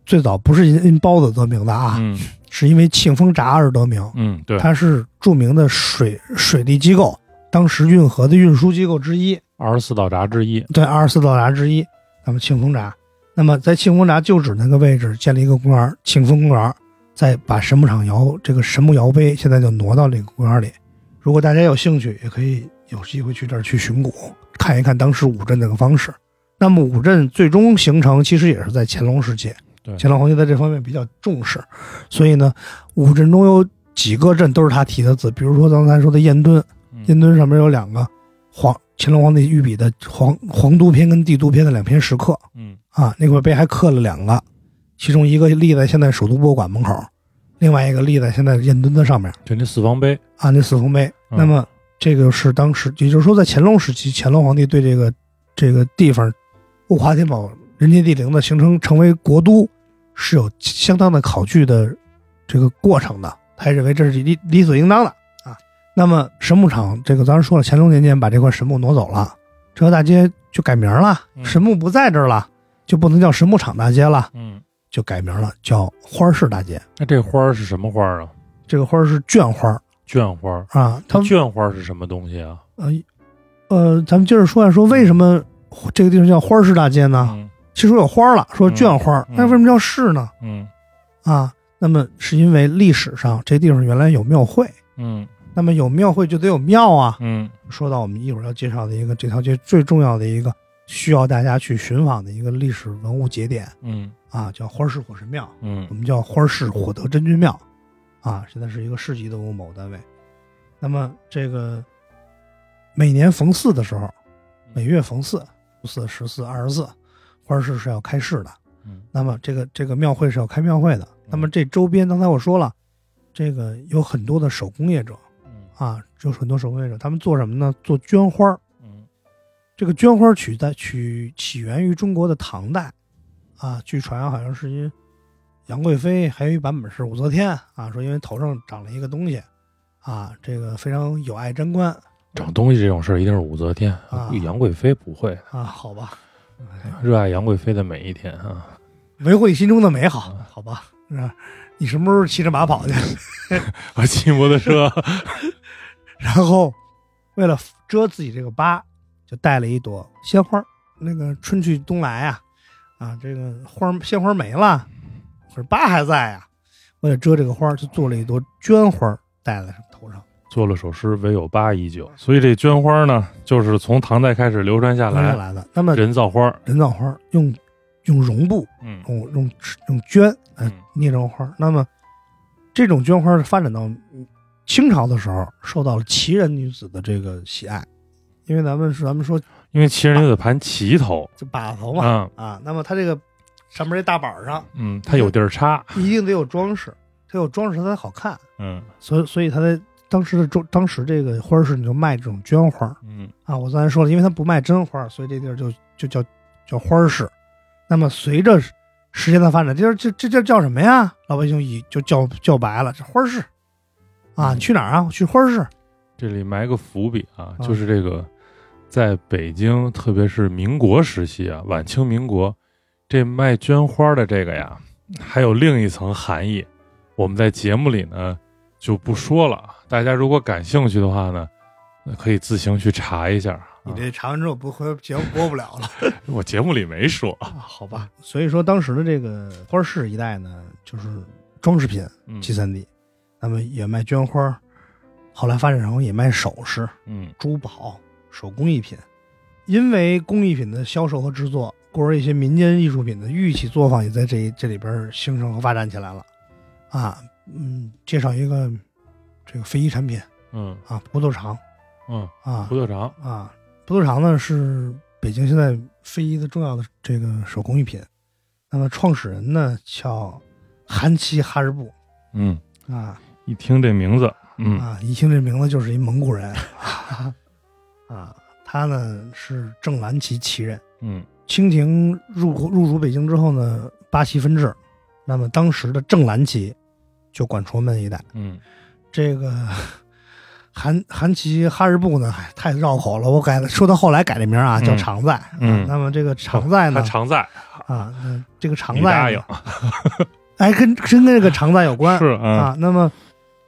A: 最早不是因因包子得名的啊，
B: 嗯
A: 是因为庆丰闸而得名。
B: 嗯，对，
A: 它是著名的水水利机构，当时运河的运输机构之一，
B: 二十四道闸之一，
A: 对，二十四道闸之一。那么庆丰闸，那么在庆丰闸旧址那个位置建立一个公园，庆丰公园，再把神木场窑这个神木窑碑现在就挪到这个公园里。如果大家有兴趣，也可以有机会去这儿去寻古，看一看当时五镇那个方式。那么五镇最终形成，其实也是在乾隆时期
B: 对，
A: 乾隆皇帝在这方面比较重视，所以呢，五镇中有几个镇都是他提的字，比如说刚才说的燕墩，
B: 嗯
A: 燕墩上面有两个皇乾隆皇帝御笔的皇皇都篇跟帝都篇的两篇石刻
B: 嗯
A: 啊，那块碑还刻了两个，其中一个立在现在首都博物馆门口，另外一个立在现在燕墩的上面
B: 就那四方碑，
A: 啊，那四丰碑。
B: 嗯
A: 那么这个是当时，也就是说在乾隆时期，乾隆皇帝对这个这个地方物华天宝人杰地灵的形成成为国都是有相当的考据的这个过程的，他也认为这是理理所应当的啊。那么神木场这个当时说了，乾隆年间把这块神木挪走了，这条大街就改名了，
B: 嗯
A: 神木不在这儿了，就不能叫神木场大街了，
B: 嗯，
A: 就改名了，叫花市大街。
B: 那这花儿是什么花儿啊？
A: 这个花儿是绢花儿
B: 绢花儿，
A: 啊，它
B: 绢花儿是什么东西啊？
A: 呃，呃，咱们接着说一下，说为什么这个地方叫花市大街呢？
B: 嗯
A: 其实有花了，说绢花，
B: 嗯
A: 那为什么叫市呢？
B: 嗯
A: 啊，那么是因为历史上这地方原来有庙会，
B: 嗯
A: 那么有庙会就得有庙啊。
B: 嗯
A: 说到我们一会儿要介绍的一个这条街最重要的一个需要大家去寻访的一个历史文物节点
B: 嗯
A: 啊，叫花市火神庙。
B: 嗯
A: 我们叫花市火德真君庙，啊，现在是一个市级的文物保护单位。那么这个每年逢四的时候，每月逢四，四、十四、二十四，花市是要开市的。
B: 嗯
A: 那么这个这个庙会是要开庙会的。那么这周边，刚才我说了，这个有很多的手工业者
B: 嗯
A: 啊，有很多手工业者，他们做什么呢？做绢花儿。
B: 嗯
A: 这个绢花取代取起源于中国的唐代，啊，据传好像是因杨贵妃，还有一版本是武则天啊，说因为头上长了一个东西，啊，这个非常有碍贞观，
B: 整东西这种事儿一定是武则天，
A: 啊
B: 杨贵妃不会，
A: 啊，好吧，
B: 热爱杨贵妃的每一天啊。
A: 维护你心中的美好，好吧，是吧？你什么时候骑着马跑去？
B: 我啊骑摩托车，
A: 然后为了遮自己这个疤，就带了一朵鲜花儿。那个春去冬来啊，啊，这个花儿鲜花儿没了，可是疤还在啊。为了遮这个花儿，就做了一朵绢花儿戴在头上。
B: 做了首诗，唯有疤依旧。所以这绢花呢，就是从唐代开始流传下
A: 留下
B: 来，
A: 来的。那么
B: 人造花儿。
A: 人造花儿用用绒布，
B: 嗯
A: 用用用绢，呃
B: 嗯，
A: 捏成花儿。那么这种绢花儿发展到嗯清朝的时候，受到了旗人女子的这个喜爱，因为咱们是咱们说
B: 因为骑人就得盘齐头
A: 这把头嘛，
B: 啊，
A: 啊，那么它这个上面这大板儿上
B: 嗯，它有地儿插，
A: 一定得有装饰，它有装饰它才好看，
B: 嗯
A: 所以所以它在当时的中当时这个花市你就卖这种绢花儿
B: 嗯
A: 啊，我刚才说了，因为它不卖真花儿，所以这地儿就就叫叫花市。那么随着时间的发展，这地儿这这地儿叫什么呀？老百姓以就叫叫白了，这花市啊，你去哪儿啊？我去花市
B: 这里埋个伏笔啊，
A: 啊
B: 就是这个，在北京，特别是民国时期啊，晚清民国，这卖绢花的这个呀，还有另一层含义，我们在节目里呢就不说了。啊大家如果感兴趣的话呢，呃可以自行去查一下啊。
A: 你这查完之后不回节目播不了了。
B: 我节目里没说，
A: 啊，好吧。所以说，当时的这个花市一带呢，就是装饰品
B: 嗯
A: 集散地，那么也卖绢花儿，后来发展成也卖首饰、
B: 嗯
A: 珠宝、手工艺品。因为工艺品的销售和制作，故而一些民间艺术品的玉器作坊也在这这里边儿兴盛和发展起来了。啊，嗯，介绍一个这个非遗产品
B: 嗯
A: 啊，葡萄糖
B: 嗯，
A: 啊
B: 葡萄糖，
A: 啊，葡萄糖呢是北京现在非遗的重要的这个手工艺品。那么创始人呢叫韩琦哈日布
B: 嗯，
A: 啊
B: 一听这名字，嗯
A: 啊，一听这名字就是一蒙古人啊。他呢是正蓝旗旗人。
B: 嗯
A: 清廷入国入主北京之后呢，八旗分治，那么当时的正蓝旗就管崇文门一带。
B: 嗯
A: 这个韩韩琦哈日布呢，哎太绕口了。我改了，说到后来改这名啊，叫
B: 嗯
A: 常在。
B: 嗯
A: 啊那么这个常在
B: 他
A: 呢，
B: 常在，
A: 啊，那这个常
B: 你答
A: 在
B: 应
A: 呢，哎，跟真跟这个常在有关
B: 是啊，
A: 啊。那么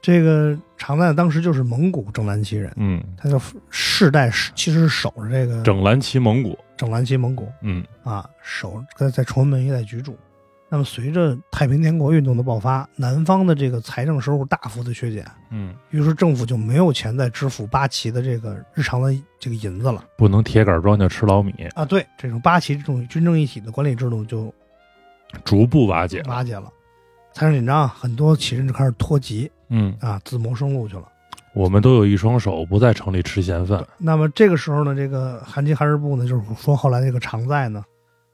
A: 这个常在当时就是蒙古正蓝旗人，
B: 嗯，
A: 他就世代是其实是守着这个
B: 整蓝旗蒙古，
A: 正蓝旗蒙古
B: 嗯
A: 啊，守在在崇文门一带居住。那么随着太平天国运动的爆发，南方的这个财政收入大幅的削减，
B: 嗯，
A: 于是政府就没有钱再支付八旗的这个日常的这个银子了
B: 不能铁杆庄稼吃老米，
A: 啊。对，这种八旗这种军政一体的管理制度就
B: 逐步瓦解。
A: 瓦解了，财政紧张，啊很多旗人就开始脱籍
B: 嗯，
A: 啊，自谋生路去了。
B: 我们都有一双手，不在城里吃闲饭。
A: 那么这个时候呢，这个韩琦哈日部呢，就是说后来这个常在呢，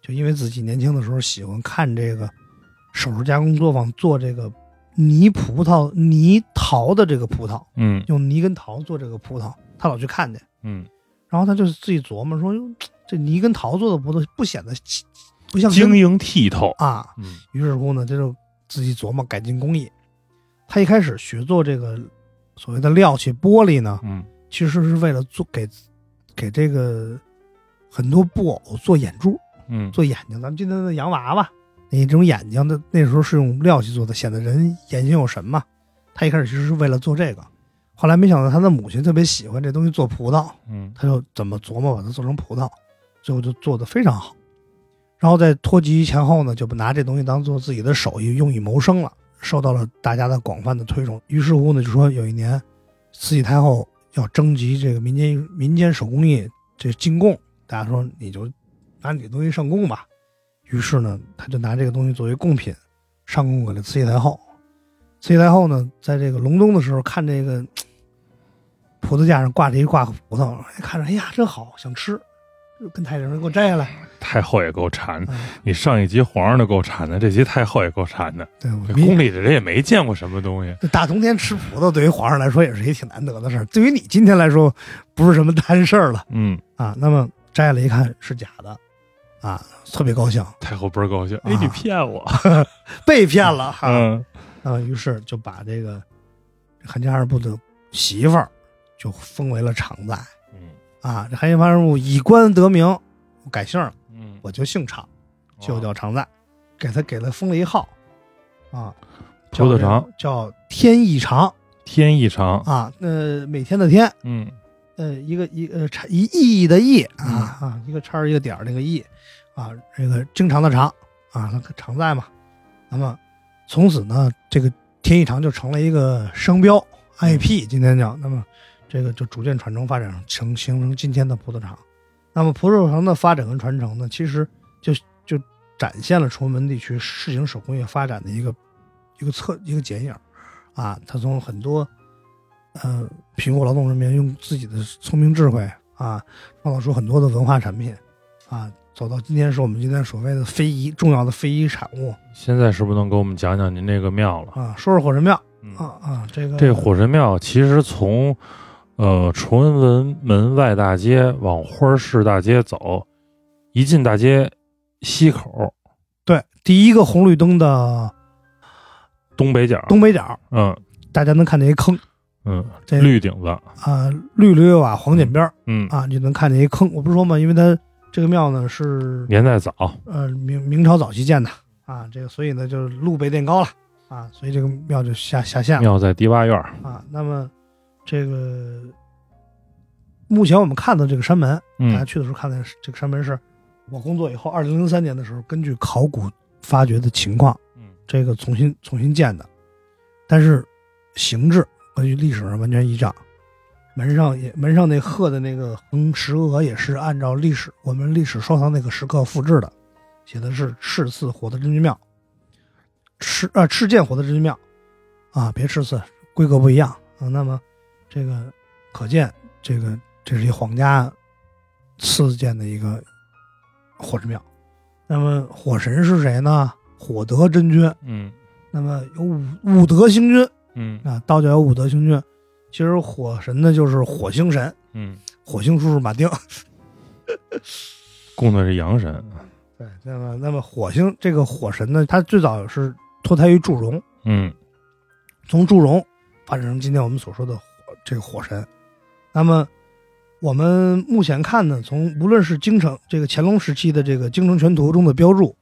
A: 就因为自己年轻的时候喜欢看这个首饰加工作坊做这个泥葡萄、泥陶的这个葡萄，
B: 嗯
A: 用泥跟陶做这个葡萄，他老去看去。
B: 嗯，
A: 然后他就自己琢磨说，哟，这泥跟陶做的葡萄不显得不像
B: 晶莹剔透。
A: 啊。
B: 嗯
A: 于是乎呢，他就自己琢磨改进工艺。他一开始学做这个所谓的料器玻璃呢，
B: 嗯
A: 其实是为了做给给这个很多布偶做眼珠、
B: 嗯
A: 做眼睛。咱们今天的洋娃娃，你这种眼睛的那时候是用料器做的，显得人眼睛有神嘛。他一开始其实是为了做这个，后来没想到他的母亲特别喜欢这东西做葡萄，
B: 嗯
A: 他就怎么琢磨把它做成葡萄，最后就做得非常好。然后在脱籍前后呢，就拿这东西当做自己的手艺，用以谋生了，受到了大家的广泛的推崇。于是乎呢，就说有一年，慈禧太后要征集这个民间民间手工艺这进贡，大家说你就拿你的东西上贡吧。于是呢，他就拿这个东西作为贡品上贡给了慈禧太后。慈禧太后呢，在这个隆冬的时候看这个葡萄架上挂着一挂葡萄，看着哎呀真好，想吃，就跟太监说给我摘下来。
B: 太后也够馋的。
A: 啊
B: 你上一集皇上都够馋的，这集太后也够馋的。
A: 对，
B: 这
A: 我
B: 宫里的人也没见过什么东西。
A: 这大冬天吃葡萄，对于皇上来说也是一挺难得的事儿。对于你今天来说，不是什么难事儿了
B: 嗯，
A: 啊。那么摘下来一看是假的，啊，特别高兴，
B: 太后倍儿高兴。哎
A: 啊，
B: 你骗 我！
A: 被骗了哈。
B: 嗯
A: 啊，于是就把这个韩家二部的媳妇儿就封为了常在
B: 嗯
A: 啊。这韩信发生物以官得名，我改姓了，
B: 嗯，
A: 我就姓常，就
B: 哦
A: 叫常在，给他给他封了一号啊，
B: 周
A: 叫
B: 特
A: 这
B: 长，
A: 叫天意长
B: 天意长，
A: 啊，呃，每天的天，
B: 嗯
A: 呃，一个一呃叉一意义的意啊啊，一个叉儿一个点儿那个意啊，这个经常的常啊，那个常在嘛。那么从此呢，这个天意长就成了一个商标 IP，今天叫那么这个就逐渐传承发展成形成今天的葡萄厂。那么葡萄厂的发展跟传承呢，其实就就展现了崇文门地区市井手工业发展的一个一个侧一个剪影儿啊，它从很多呃贫苦劳动人民用自己的聪明智慧啊，创造出很多的文化产品啊，走到今天是我们今天所谓的非遗重要的非遗产物
B: 现在是不是能给我们讲讲您这个庙了？
A: 啊。说说火神庙
B: 嗯
A: 啊啊，这个
B: 这火神庙其实从呃崇文门门外大街往花市大街走，一进大街西口
A: 对第一个红绿灯的
B: 东北角，
A: 东北角，
B: 嗯
A: 大家能看见一坑
B: 嗯，
A: 这
B: 绿顶子，
A: 啊，绿绿瓦黄剪边儿
B: 嗯，
A: 哎啊，就能看见一坑。我不是说嘛，因为它这个庙呢是
B: 年代早，
A: 呃明明朝早期建的啊，这个所以呢就是路被垫高了啊，所以这个庙就下下线了。
B: 庙在迪洼院儿，
A: 啊，那么这个目前我们看到这个山门，大家
B: 嗯
A: 去的时候看的是这个山门是，我工作以后，二零零三年的时候，根据考古发掘的情况，
B: 嗯
A: 这个重新重新建的，但是形制根据历史上完全依仗，门上也门上那刻的那个横石额也是按照历史我们历史收藏那个石刻复制的，写的是赤寺火德真君庙，赤呃赤剑火德真君庙，啊别赤寺规格不一样啊，那么这个可见这个这是一皇家赐建的一个火神庙，那么火神是谁呢？火德真君，
B: 嗯
A: 那么有五五德星君
B: 嗯
A: 啊，道教有五德星君。其实火神呢，就是火星神，
B: 嗯，
A: 火星叔叔马丁。
B: 供的是洋神，
A: 对，那么那么火星这个火神呢，他最早是脱胎于祝融，
B: 嗯
A: 从祝融发展成今天我们所说的火这个火神。那么我们目前看呢，从无论是京城这个乾隆时期的这个京城全图中的标注，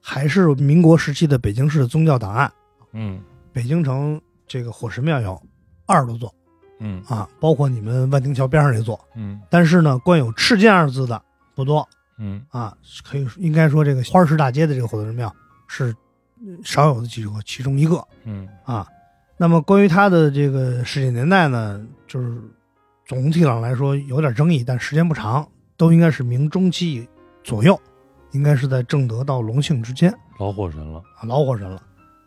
A: 还是民国时期的北京市的宗教档案，
B: 嗯
A: 北京城这个火神庙有二十多座。
B: 嗯
A: 啊，包括你们万庭桥边上这座。
B: 嗯
A: 但是呢，冠有“赤剑”二字的不多
B: 嗯
A: 啊，可以说应该说这个花市大街的这个火神庙是嗯少有的几个其中一个
B: 嗯
A: 啊。那么关于它的这个始建年代呢，就是总体上来说有点争议，但时间不长，都应该是明中期左右，应该是在正德到隆庆之间。
B: 老火神了，
A: 啊，老火神了。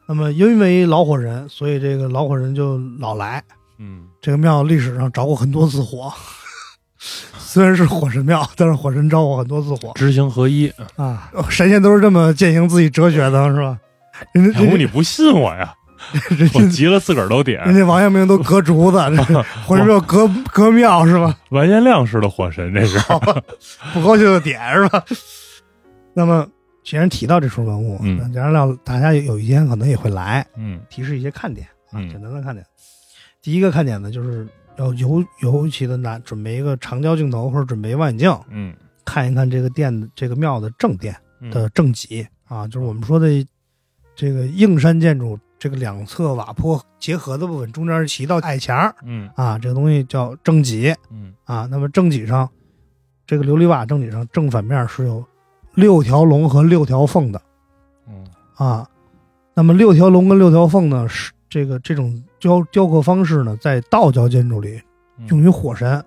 A: 那么因为老火神，所以这个老火神就老来，
B: 嗯
A: 这个庙历史上着过很多次火，虽然是火神庙，但是火神着过很多次火
B: 知行 合一，哎
A: 啊。神仙都是这么践行自己哲学的，是吧？人家
B: 哎我
A: 人
B: 你不信我呀？
A: 家 人
B: 我
A: 家
B: 急了自个儿都点，
A: 人家王阳明都隔竹子，这 是火神庙隔隔庙是吧？
B: 完颜亮式的火神，这是，
A: 好吧，不高兴就点是吧？那么既然提到这处文物，
B: 嗯
A: 那加上料大家有一天可能也会来，
B: 嗯
A: 提示一些看点啊，
B: 嗯
A: 简单的看点。第一个看点呢，就是要尤尤其的拿准备一个长焦镜头或者准备望远镜，
B: 嗯
A: 看一看这个殿的这个庙的正殿
B: 嗯
A: 的正脊啊，就是我们说的这个硬山建筑这个两侧瓦坡结合的部分，中间起到矮墙儿
B: 嗯
A: 啊，这个东西叫正脊
B: 嗯
A: 啊。那么正脊上这个琉璃瓦正脊上正反面是有六条龙和六条凤的。
B: 嗯
A: 啊。那么六条龙跟六条凤呢，是这个这种雕雕刻方式呢，在道教建筑里
B: 嗯
A: 用于火神，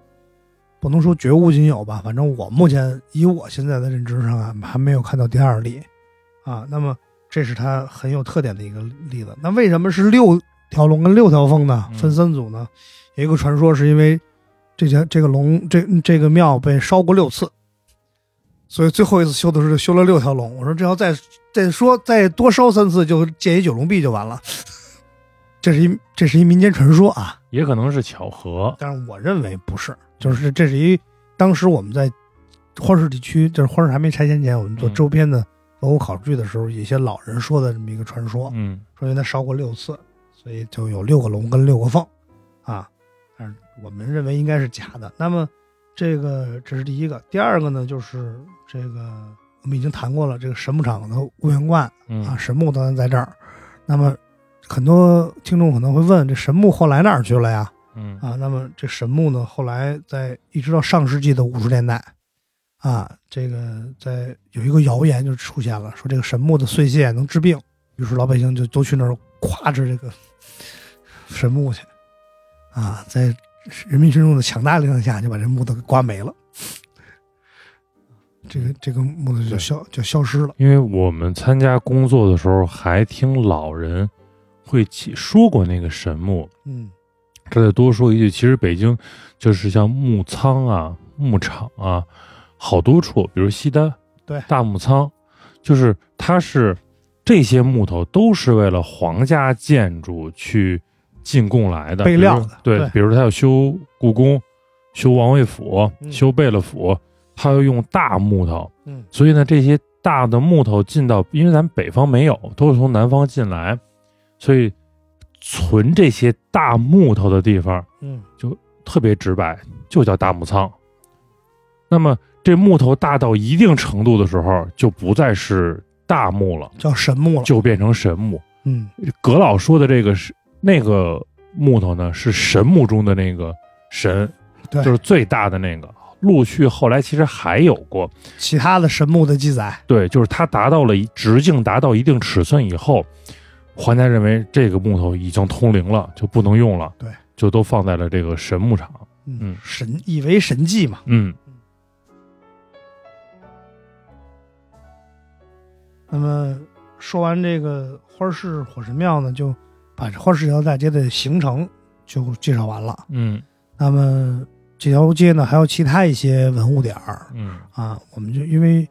A: 不能说绝无仅有吧，反正我目前以我现在的认知上啊，还没有看到第二例啊。那么这是它很有特点的一个例子。那为什么是六条龙跟六条凤呢？
B: 嗯
A: 分三组呢？有一个传说是因为这家这个龙这这个庙被烧过六次，所以最后一次修的时候就修了六条龙。我说这要再再说再多烧三次，就建一九龙壁就完了。 这是一这是一民间传说啊，
B: 也可能是巧合，
A: 但是我认为不是，就是这是一当时我们在花市地区，就是花市还没拆迁前，我们做
B: 嗯
A: 周边的文物考据的时候，一些老人说的这么一个传说。
B: 嗯
A: 说因为它烧过六次，所以就有六个龙跟六个凤啊。但是我们认为应该是假的。那么这个这是第一个，第二个呢，就是这个我们已经谈过了，这个神木厂的乌云观
B: 嗯
A: 啊，神木当然在这儿。那么很多听众可能会问，这神木后来哪儿去了呀？
B: 嗯
A: 啊，那么这神木呢，后来在一直到上世纪的五十年代，啊，这个在有一个谣言就出现了，说这个神木的碎屑能治病，于是老百姓就都去那儿夸着这个 神木去，啊，在人民群众的强大力量下，就把这木头给刮没了，这个这个木头就
B: 对
A: 消就消失了，
B: 因为我们参加工作的时候，还听老人会起说过那个神木。
A: 嗯
B: 这再多说一句，其实北京就是像木仓啊、牧场啊，好多处，比如西单，
A: 对
B: 大木仓，就是它是这些木头都是为了皇家建筑去进贡来的，
A: 备料的
B: 比如
A: 对
B: 对，比如它要修故宫、修王卫府、
A: 嗯
B: 修贝勒府，它要用大木头，
A: 嗯
B: 所以呢，这些大的木头进到，因为咱们北方没有，都是从南方进来，所以存这些大木头的地方
A: 嗯，
B: 特别直白，就叫大木仓。那么这木头大到一定程度的时候，就不再是大木了，
A: 叫神木了，
B: 就变成神木。
A: 嗯
B: 葛老说的这个是那个木头呢，是神木中的那个神，
A: 对
B: 就是最大的那个。陆续后来其实还有过，
A: 其他的神木的记载，
B: 对，就是它达到了一直径达到一定尺寸以后，皇家认为这个木头已经通灵了，就不能用了，
A: 对，
B: 就都放在了这个神牧场。嗯
A: 神以为神迹嘛。
B: 嗯
A: 那么说完这个花市火神庙呢，就把这花市这条大街的行程就介绍完了。
B: 嗯
A: 那么这条街呢，还有其他一些文物点儿
B: 嗯
A: 啊，我们就因为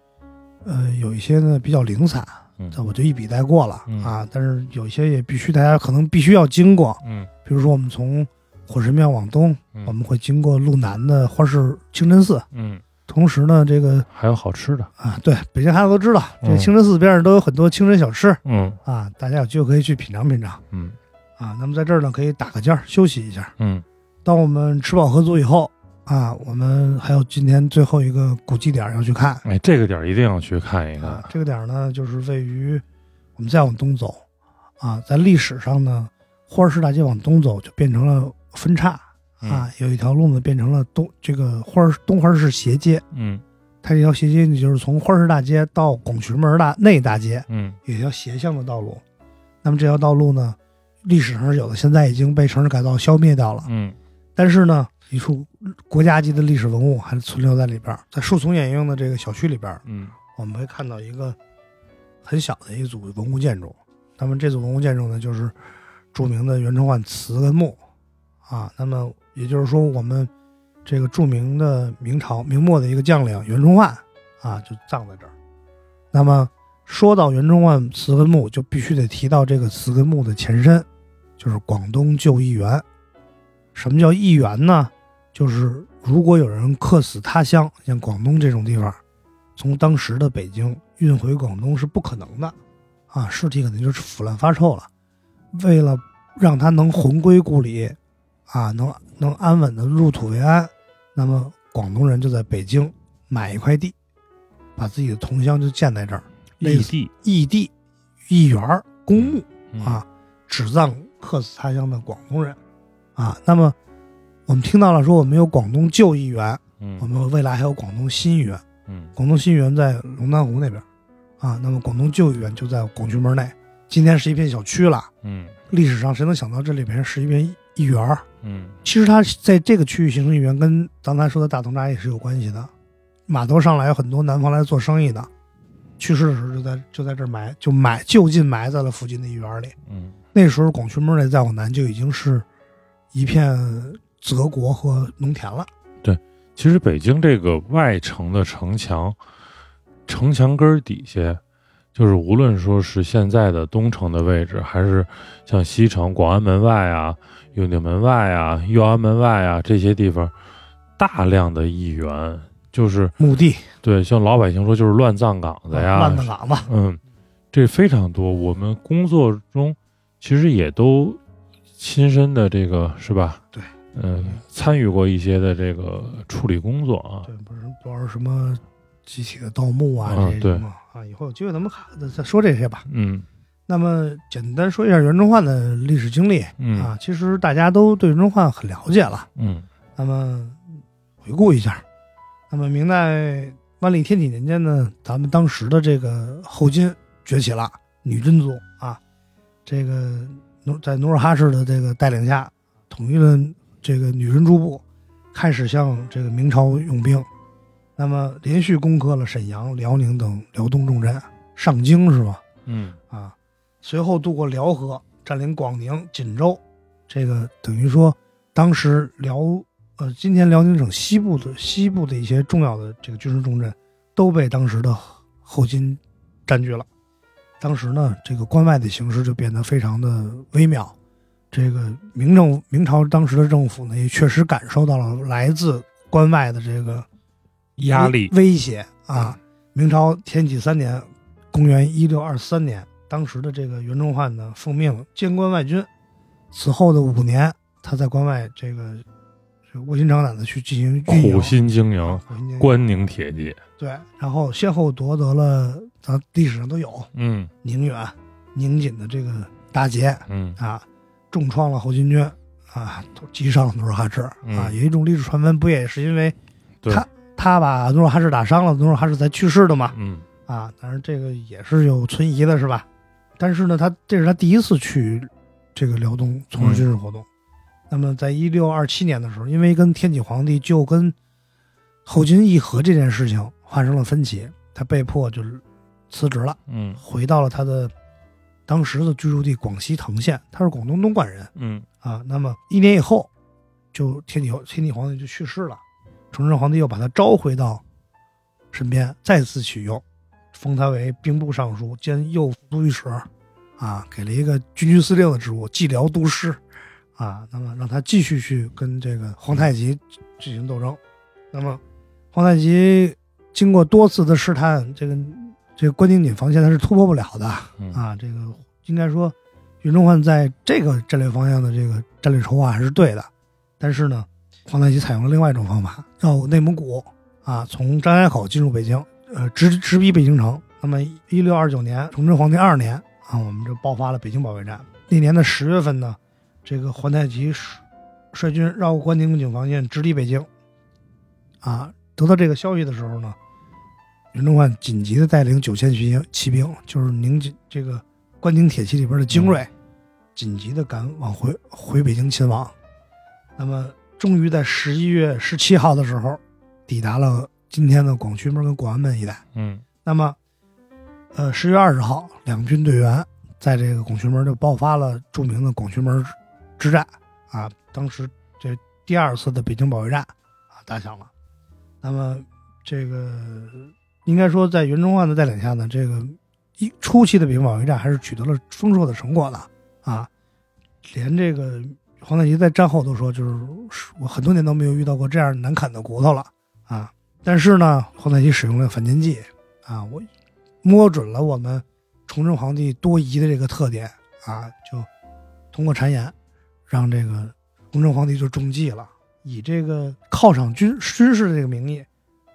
A: 呃有一些呢比较零散，
B: 嗯
A: 那我就一笔带过了、
B: 嗯
A: 啊。但是有一些也必须大家可能必须要经过，
B: 嗯
A: 比如说我们从火神庙往东，
B: 嗯
A: 我们会经过路南的花市清真寺，
B: 嗯，
A: 同时呢，这个
B: 还有好吃的，
A: 啊，对北京孩子都知道，这个
B: 嗯
A: 清真寺边上都有很多清真小吃。
B: 嗯
A: 啊，大家有机会可以去品尝品尝
B: 嗯
A: 啊。那么在这儿呢，可以打个尖儿休息一下。
B: 嗯
A: 当我们吃饱喝足以后啊，我们还有今天最后一个古迹点儿要去看
B: 哎，这个点儿一定要去看一看
A: 啊。。这个点儿呢，就是位于我们再往东走啊，在历史上呢，花市大街往东走就变成了分叉啊，有一条路呢变成了东这个花儿东花市斜街。
B: 嗯
A: 它这条斜街呢，就是从花市大街到拱渠门大内大街，
B: 嗯
A: 有一条斜向的道路。那么这条道路呢，历史上是有的，现在已经被城市改造消灭掉了。
B: 嗯
A: 但是呢，一处国家级的历史文物还是存留在里边儿。在树丛掩映的这个小区里边儿，
B: 嗯
A: 我们会看到一个很小的一组文物建筑。那么这组文物建筑呢，就是著名的袁崇焕祠跟墓啊。那么也就是说，我们这个著名的明朝明末的一个将领袁崇焕啊，就葬在这儿。那么说到袁崇焕祠跟墓，就必须得提到这个祠跟墓的前身，就是广东旧义园。什么叫义园呢？就是如果有人客死他乡，像广东这种地方，从当时的北京运回广东是不可能的，啊，尸体肯定就是腐烂发臭了。为了让它能魂归故里，啊，能能安稳的入土为安，那么广东人就在北京买一块地，把自己的同乡就建在这儿，类
B: 异
A: 似
B: 地
A: 异地、异园儿、公墓。
B: 嗯
A: 啊，只葬客死他乡的广东人啊。那么我们听到了说我们有广东旧义园，我
B: 嗯
A: 们未来还有广东新义园。
B: 嗯
A: 广东新义园在龙潭湖那边啊，那么广东旧义园就在广渠门内。今天是一片小区了，
B: 嗯
A: 历史上谁能想到这里边是一片一园儿？
B: 嗯
A: 其实它在这个区域形成一园，跟刚才说的大同扎也是有关系的。码头上来有很多南方来做生意的，去世的时候就在就在这儿埋，就埋就近埋在了附近的一园里。
B: 嗯
A: 那时候广渠门内再往南就已经是一片泽国和农田了。
B: 其实北京这个外城的城墙，城墙根儿底下，就是无论说是现在的东城的位置，还是像西城、广安门外啊、永定门外啊、右安门外啊这些地方，大量的议员，就是
A: 墓地、
B: 对，像老百姓说就是啊乱葬岗子哎呀，
A: 烂的岗子，
B: 嗯，这非常多。我们工作中其实也都亲身的这个是吧？
A: 对，
B: 嗯、参与过一些的这个处理工作啊，
A: 对，不是多少什么集体的盗墓啊
B: 啊
A: 这些什么啊，以后有机会咱们看再说这些吧。
B: 嗯
A: 那么简单说一下袁崇焕的历史经历、
B: 嗯
A: 啊，其实大家都对袁崇焕很了解了。
B: 嗯
A: 那么回顾一下，那么明代万历天启年间呢，咱们当时的这个后金崛起了，女真族啊，这个努在努尔哈赤的这个带领下，统一了这个女真诸部，开始向这个明朝用兵，那么连续攻克了沈阳、辽宁等辽东重镇，上京是吧？
B: 嗯
A: 啊，随后渡过辽河，占领广宁、锦州，这个等于说当时辽呃，今天辽宁省西部的西部的一些重要的这个军事重镇都被当时的后金占据了。当时呢，这个关外的形势就变得非常的微妙。这个明政明朝当时的政府呢，也确实感受到了来自关外的这个
B: 压力
A: 威威胁啊。明朝天启三年，公元一六二三年，当时的这个袁崇焕呢，奉命监关外军。此后的五年，他在关外这个这个卧薪尝胆的去进行运营
B: 苦心经营，
A: 苦心经营
B: 关宁铁骑，
A: 对，然后先后夺得了咱历史上都有
B: 嗯
A: 宁远、宁锦的这个大捷
B: 嗯
A: 啊，重创了后金军啊，都击伤了努尔哈赤啊，
B: 嗯
A: 有一种历史传闻，不也是因为
B: 对
A: 他他把努尔哈赤打伤了，努尔哈赤才去世的嘛？
B: 嗯
A: 啊，当然这个也是有存疑的，是吧？但是呢，他这是他第一次去这个辽东从事军事活动。那么，在一六二七年的时候，因为跟天启皇帝就跟后金议和这件事情发生了分歧，他被迫就是辞职了，
B: 嗯
A: 回到了他的当时的居住地广西藤县，他是广东东莞人
B: 嗯
A: 啊。那么一年以后，就天启天启皇帝就去世了，崇祯皇帝又把他召回到身边，再次启用，封他为兵部尚书兼右副都御史，啊，给了一个军区司令的职务，蓟辽都师，啊，那么让他继续去跟这个皇太极进行斗争。那么，皇太极经过多次的试探，这个这个关宁锦防线他是突破不了的
B: 嗯
A: 啊，这个应该说袁崇焕在这个战略方向的这个战略筹划还是对的，但是呢，皇太极采用了另外一种方法，绕内蒙古啊，从张家口进入北京，呃，直直逼北京城。那么，一六二九年，崇祯皇帝二年啊，我们就爆发了北京保卫战。那年的十月份呢，这个皇太极率率军绕过关宁警防线，直抵北京。啊，得到这个消息的时候呢，袁崇焕紧急的带领九千骑兵骑兵，就是宁锦这个关宁铁骑里边的精锐，紧急的赶往回回北京勤王。那么，终于在十一月十七号的时候，抵达了今天的广渠门跟广安门一带。
B: 嗯
A: 那么，呃，十月二十号，两军队员在这个广渠门就爆发了著名的广渠门之战啊。当时这第二次的北京保卫战啊打响了。那么，这个应该说在袁崇焕的带领下呢，这个一初期的北京保卫战还是取得了丰硕的成果的啊。连这个皇太极在战后都说，就是我很多年都没有遇到过这样难砍的骨头了啊。但是呢，皇太极使用了反间计，啊，我摸准了我们崇祯皇帝多疑的这个特点啊，就通过谗言，让这个崇祯皇帝就中计了，以这个犒赏军军事的这个名义，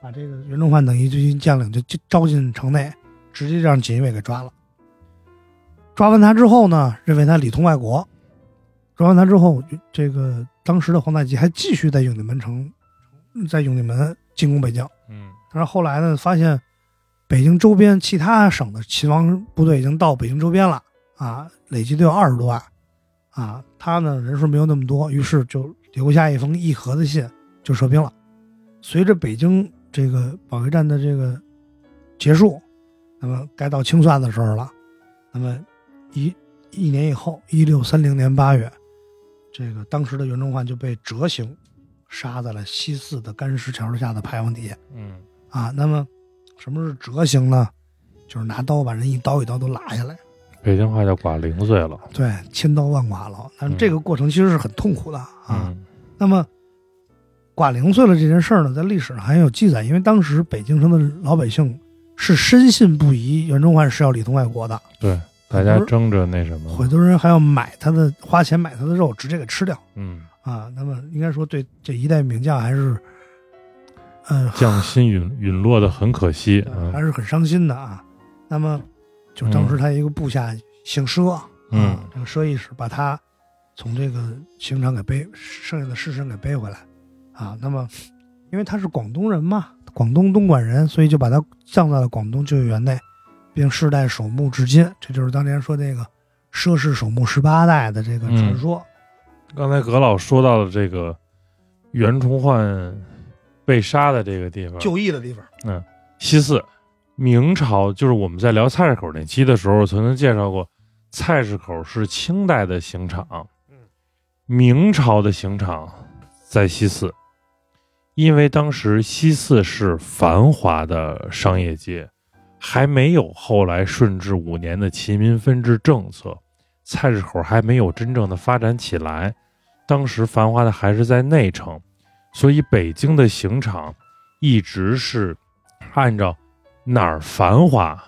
A: 把这个袁崇焕等一军将领就就招进城内，直接让锦衣卫给抓了。抓完他之后呢，认为他里通外国，抓完他之后，这个当时的皇太极还继续在永定门城，在永定门进攻北京。
B: 嗯
A: 但是后来呢，发现北京周边其他省的秦王部队已经到北京周边了啊，累计都有二十多万啊。他呢人数没有那么多，于是就留下一封议和的信，就撤兵了。随着北京这个保卫战的这个结束，那么该到清算的时候了。那么一一年以后，一六三零年八月，这个当时的袁崇焕就被折刑，杀在了西四的干石桥下的牌坊底下。
B: 嗯
A: 啊。那么，什么是折刑呢？就是拿刀把人一刀一刀都拉下来，
B: 北京话叫剐零碎了
A: 对，千刀万剐了。但是
B: 嗯
A: 这个过程其实是很痛苦的啊。
B: 嗯
A: 那么，剐零碎了这件事儿呢，在历史上还有记载，因为当时北京城的老百姓是深信不疑袁崇焕是要里通外国的，
B: 对，大家争着那什么，
A: 很多人还要买他的，花钱买他的肉，直接给吃掉
B: 嗯
A: 啊，那么应该说对这一代名将还是，嗯，
B: 匠心陨陨落的很可惜啊
A: 还，是很伤心的啊。那么，就当时他一个部下姓佘，
B: 嗯
A: 啊，这个佘义使把他从这个刑场给背，剩下的尸身给背回来啊。那么，因为他是广东人嘛，广东东莞人，所以就把他葬在了广东救济园内，并世代守墓至今。这就是当年说那个佘氏守墓十八代的这个传说。
B: 刚才葛老说到的这个袁崇焕被杀的这个地方，
A: 就义的地方。
B: 西四，明朝就是我们在聊菜市口那期的时候，曾经介绍过，菜市口是清代的刑场，明朝的刑场在西四，因为当时西四是繁华的商业街，还没有后来顺治五年的齐民分治政策，菜市口还没有真正的发展起来，当时繁华的还是在内城，所以北京的刑场一直是按照哪儿繁华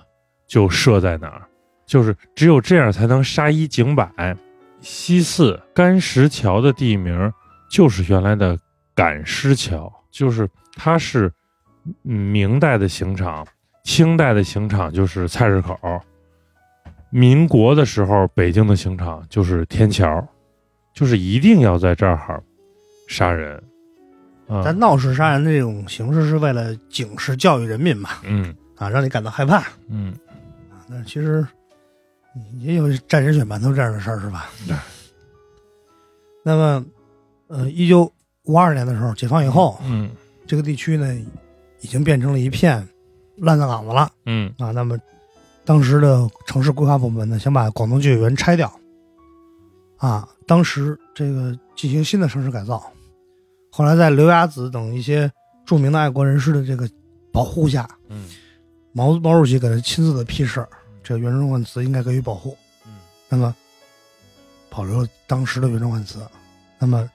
B: 就设在哪儿，就是只有这样才能杀一儆百。西四干石桥的地名就是原来的赶尸桥，就是它是嗯明代的刑场，清代的刑场就是菜市口，民国的时候北京的刑场就是天桥，就是一定要在这儿杀人。啊、
A: 咱闹市杀人这种形式是为了警示教育人民嘛，
B: 嗯
A: 啊，让你感到害怕。
B: 嗯，
A: 那其实也有蘸人血馒头这样的事儿，是吧？
B: 对。
A: 那么，呃，一九五二年的时候，解放以后，
B: 嗯
A: 这个地区呢，已经变成了一片烂大岗子了
B: 嗯
A: 啊。那么，当时的城市规划部门呢，想把广东救济园拆掉，啊，当时这个进行新的城市改造。后来，在刘亚子等一些著名的爱国人士的这个保护下，
B: 嗯
A: 毛毛主席给他亲自的批示，这个袁崇焕祠应该给予保护。
B: 嗯
A: 那么保留了当时的原装换词。那么，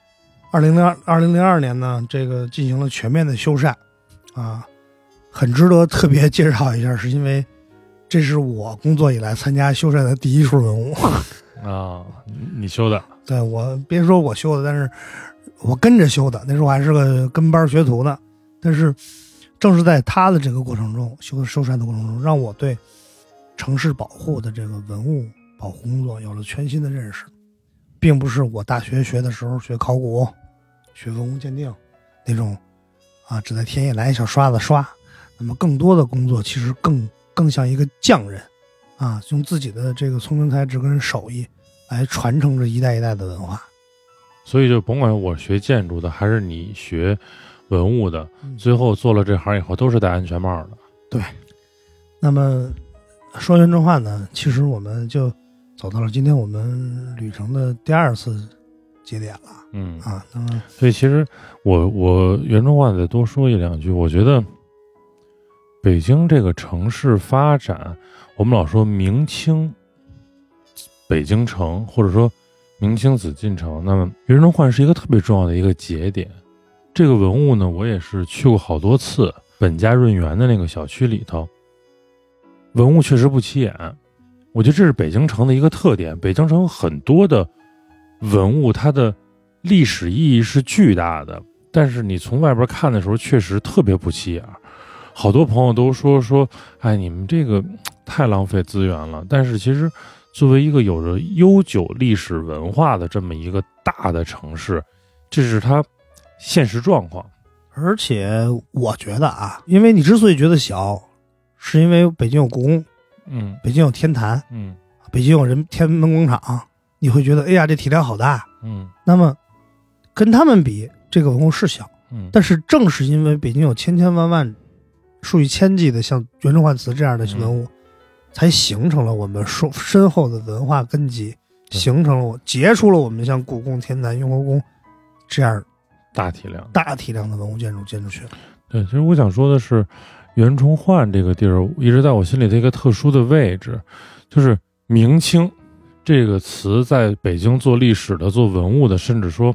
A: 二零零二二零零二年呢，这个进行了全面的修缮，啊，很值得特别介绍一下，是因为这是我工作以来参加修缮的第一处文物。
B: 啊，你你修的，
A: 对我别说我修的，但是我跟着修的，那时候我还是个跟班学徒呢。但是正是在他的这个过程中，修修缮的过程中，让我对城市保护的这个文物保护工作有了全新的认识，并不是我大学学的时候学考古、学文物鉴定那种啊，只在田野拿一小刷子刷。那么更多的工作其实更更像一个匠人啊，用自己的这个聪明才智跟手艺来传承着一代一代的文化。
B: 所以就甭管我学建筑的还是你学文物的，
A: 嗯
B: 最后做了这行以后都是戴安全帽的。
A: 那么说袁崇焕呢，其实我们就走到了今天我们旅程的第二次节点了
B: 嗯，
A: 啊。那么，
B: 所以其实我我袁崇焕再多说一两句，我觉得北京这个城市发展，我们老说明清北京城，或者说明清紫禁城，那么袁崇焕是一个特别重要的一个节点。这个文物呢，我也是去过好多次，本家润园的那个小区里头，文物确实不起眼。我觉得这是北京城的一个特点。北京城有很多的文物，它的历史意义是巨大的，但是你从外边看的时候，确实特别不起眼儿。好多朋友都说说，哎，你们这个嗯太浪费资源了。但是其实，作为一个有着悠久历史文化的这么一个大的城市，这是它现实状况。
A: 而且我觉得啊，因为你之所以觉得小，是因为北京有故宫，
B: 嗯
A: 北京有天坛，
B: 嗯
A: 北京有人天安门广场，你会觉得哎呀，这体量好大。
B: 嗯
A: 那么跟他们比，这个文物是小，
B: 嗯，
A: 但是正是因为北京有千千万万、数以千计的像袁崇焕祠这样的文
B: 嗯
A: 物，才形成了我们深深厚的文化根基，
B: 对
A: 形成了我结出了我们像故宫、天坛、雍和宫这样
B: 大体量。
A: 大体量的文物建筑建筑群。
B: 对，其实我想说的是，袁崇焕这个地儿一直在我心里的一个特殊的位置，就是“明清”这个词在北京做历史的、做文物的，甚至说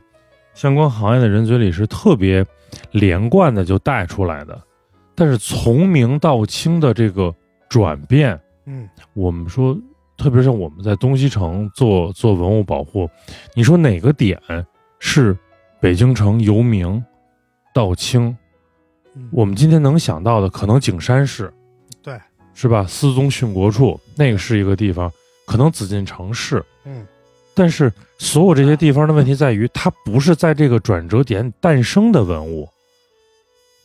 B: 相关行业的人嘴里是特别连贯的就带出来的。但是从明到清的这个转变，
A: 嗯，
B: 我们说，特别是我们在东西城做做文物保护，你说哪个点是北京城由明到清，
A: 嗯
B: 我们今天能想到的可能景山市，
A: 对，
B: 是吧？思宗殉国处那个是一个地方，可能紫禁城是，
A: 嗯，
B: 但是所有这些地方的问题在于，它不是在这个转折点诞生的文物，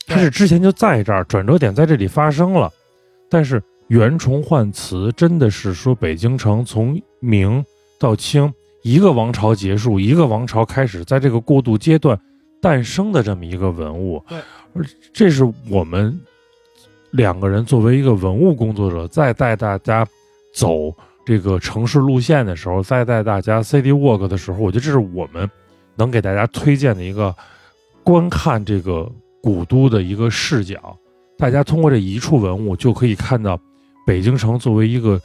B: 它是之前就在这儿，转折点在这里发生了。但是呃袁崇焕祠真的是说北京城从明到清一个王朝结束，一个王朝开始，在这个过渡阶段诞生的这么一个文物
A: 对。
B: 而这是我们两个人作为一个文物工作者，在带大家走这个城市路线的时候，在带大家 City Walk 的时候，我觉得这是我们能给大家推荐的一个观看这个古都的一个视角。大家通过这一处文物就可以看到，北京城作为一个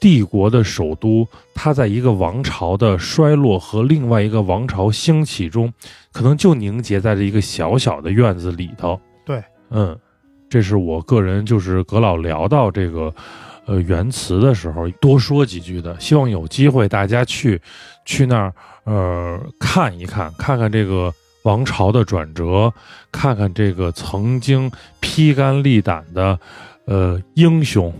B: 帝国的首都，它在一个王朝的衰落和另外一个王朝兴起中，可能就凝结在这一个小小的院子里头。
A: 对，
B: 嗯，这是我个人就是葛老聊到这个呃原词的时候多说几句的，希望有机会大家去去那儿呃看一看，看看这个王朝的转折，看看这个曾经披肝沥胆的呃英雄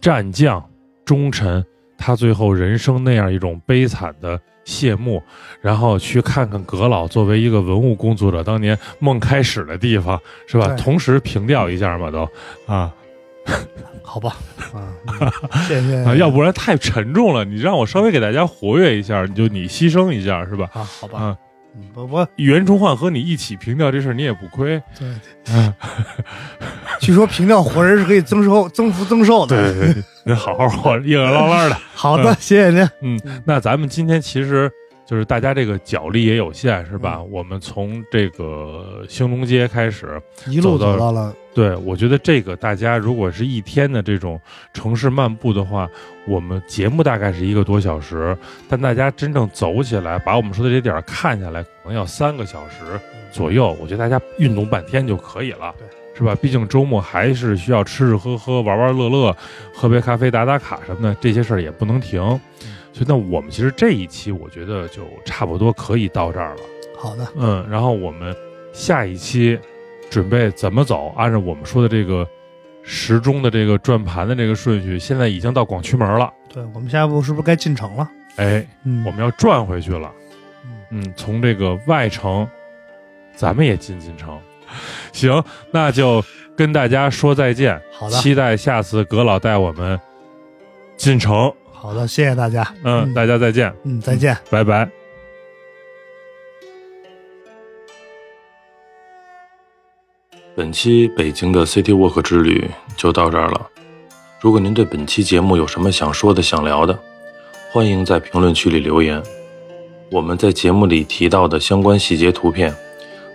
B: 战将忠臣，他最后人生那样一种悲惨的谢幕，然后去看看葛老作为一个文物工作者当年梦开始的地方，是吧？
A: 对
B: 同时凭吊一下嘛都，啊
A: 好吧，啊，嗯谢谢
B: 啊，要不然太沉重了。你让我稍微给大家活跃一下，你就你牺牲一下，是吧？
A: 啊，好吧，
B: 啊，
A: 嗯我我
B: 袁崇焕和你一起凭吊这事儿你也不亏，
A: 对，
B: 嗯，
A: 据说凭吊活人是可以增寿、增福、增寿的。
B: 对对嗯对，你好好活，硬硬朗朗的。
A: 好的，谢谢您。
B: 那咱们今天其实就是大家这个脚力也有限，是吧？我们从这个兴隆街开始，
A: 一路
B: 走到
A: 走到了，
B: 对我觉得这个大家如果是一天的这种城市漫步的话，我们节目大概是一个多小时，但大家真正走起来，把我们说的这点儿看下来，可能要三个小时左右。我觉得大家运动半天就可以了
A: 对。
B: 是吧？毕竟周末还是需要吃吃喝喝、玩玩乐乐、喝杯咖啡、打打卡什么的，这些事儿也不能停。所以，那我们其实这一期我觉得就差不多可以到这儿了。
A: 好的，
B: 嗯，然后我们下一期准备怎么走？按照我们说的这个时钟的这个转盘的这个顺序，现在已经到广渠门了。
A: 对我们下一步是不是该进城了？
B: 哎，
A: 嗯，
B: 我们要转回去了。
A: 嗯
B: 嗯，从这个外城，咱们也进进城。 行，那就跟大家说再见。
A: 好的，
B: 期待下次葛老带我们进城。
A: 好的，谢谢大家。
B: 嗯，大家再见，
A: 嗯，再见。
B: 拜拜。
C: 本期北京的 City Walk 之旅就到这儿了。如果您对本期节目有什么想说的、想聊的，欢迎在评论区里留言。我们在节目里提到的相关细节图片，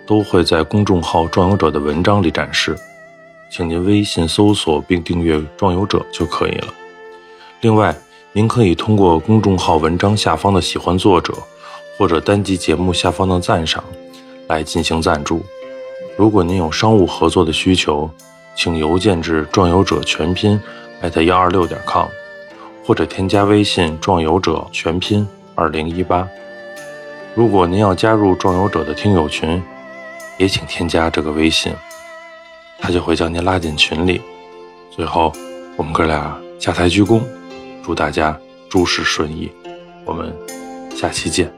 C: 都会在公众号“壮游者”的文章里展示，请您微信搜索并订阅“壮游者”就可以了。另外，您可以通过公众号文章下方的喜欢作者，或者单集节目下方的赞赏，来进行赞助。如果您有商务合作的需求，请邮件至壮游者全拼艾特幺二六点 com，或者添加微信壮游者全拼二零一八。如果您要加入壮游者的听友群，也请添加这个微信，他就会将您拉进群里。最后，我们哥俩下台鞠躬，祝大家诸事顺意。我们下期见。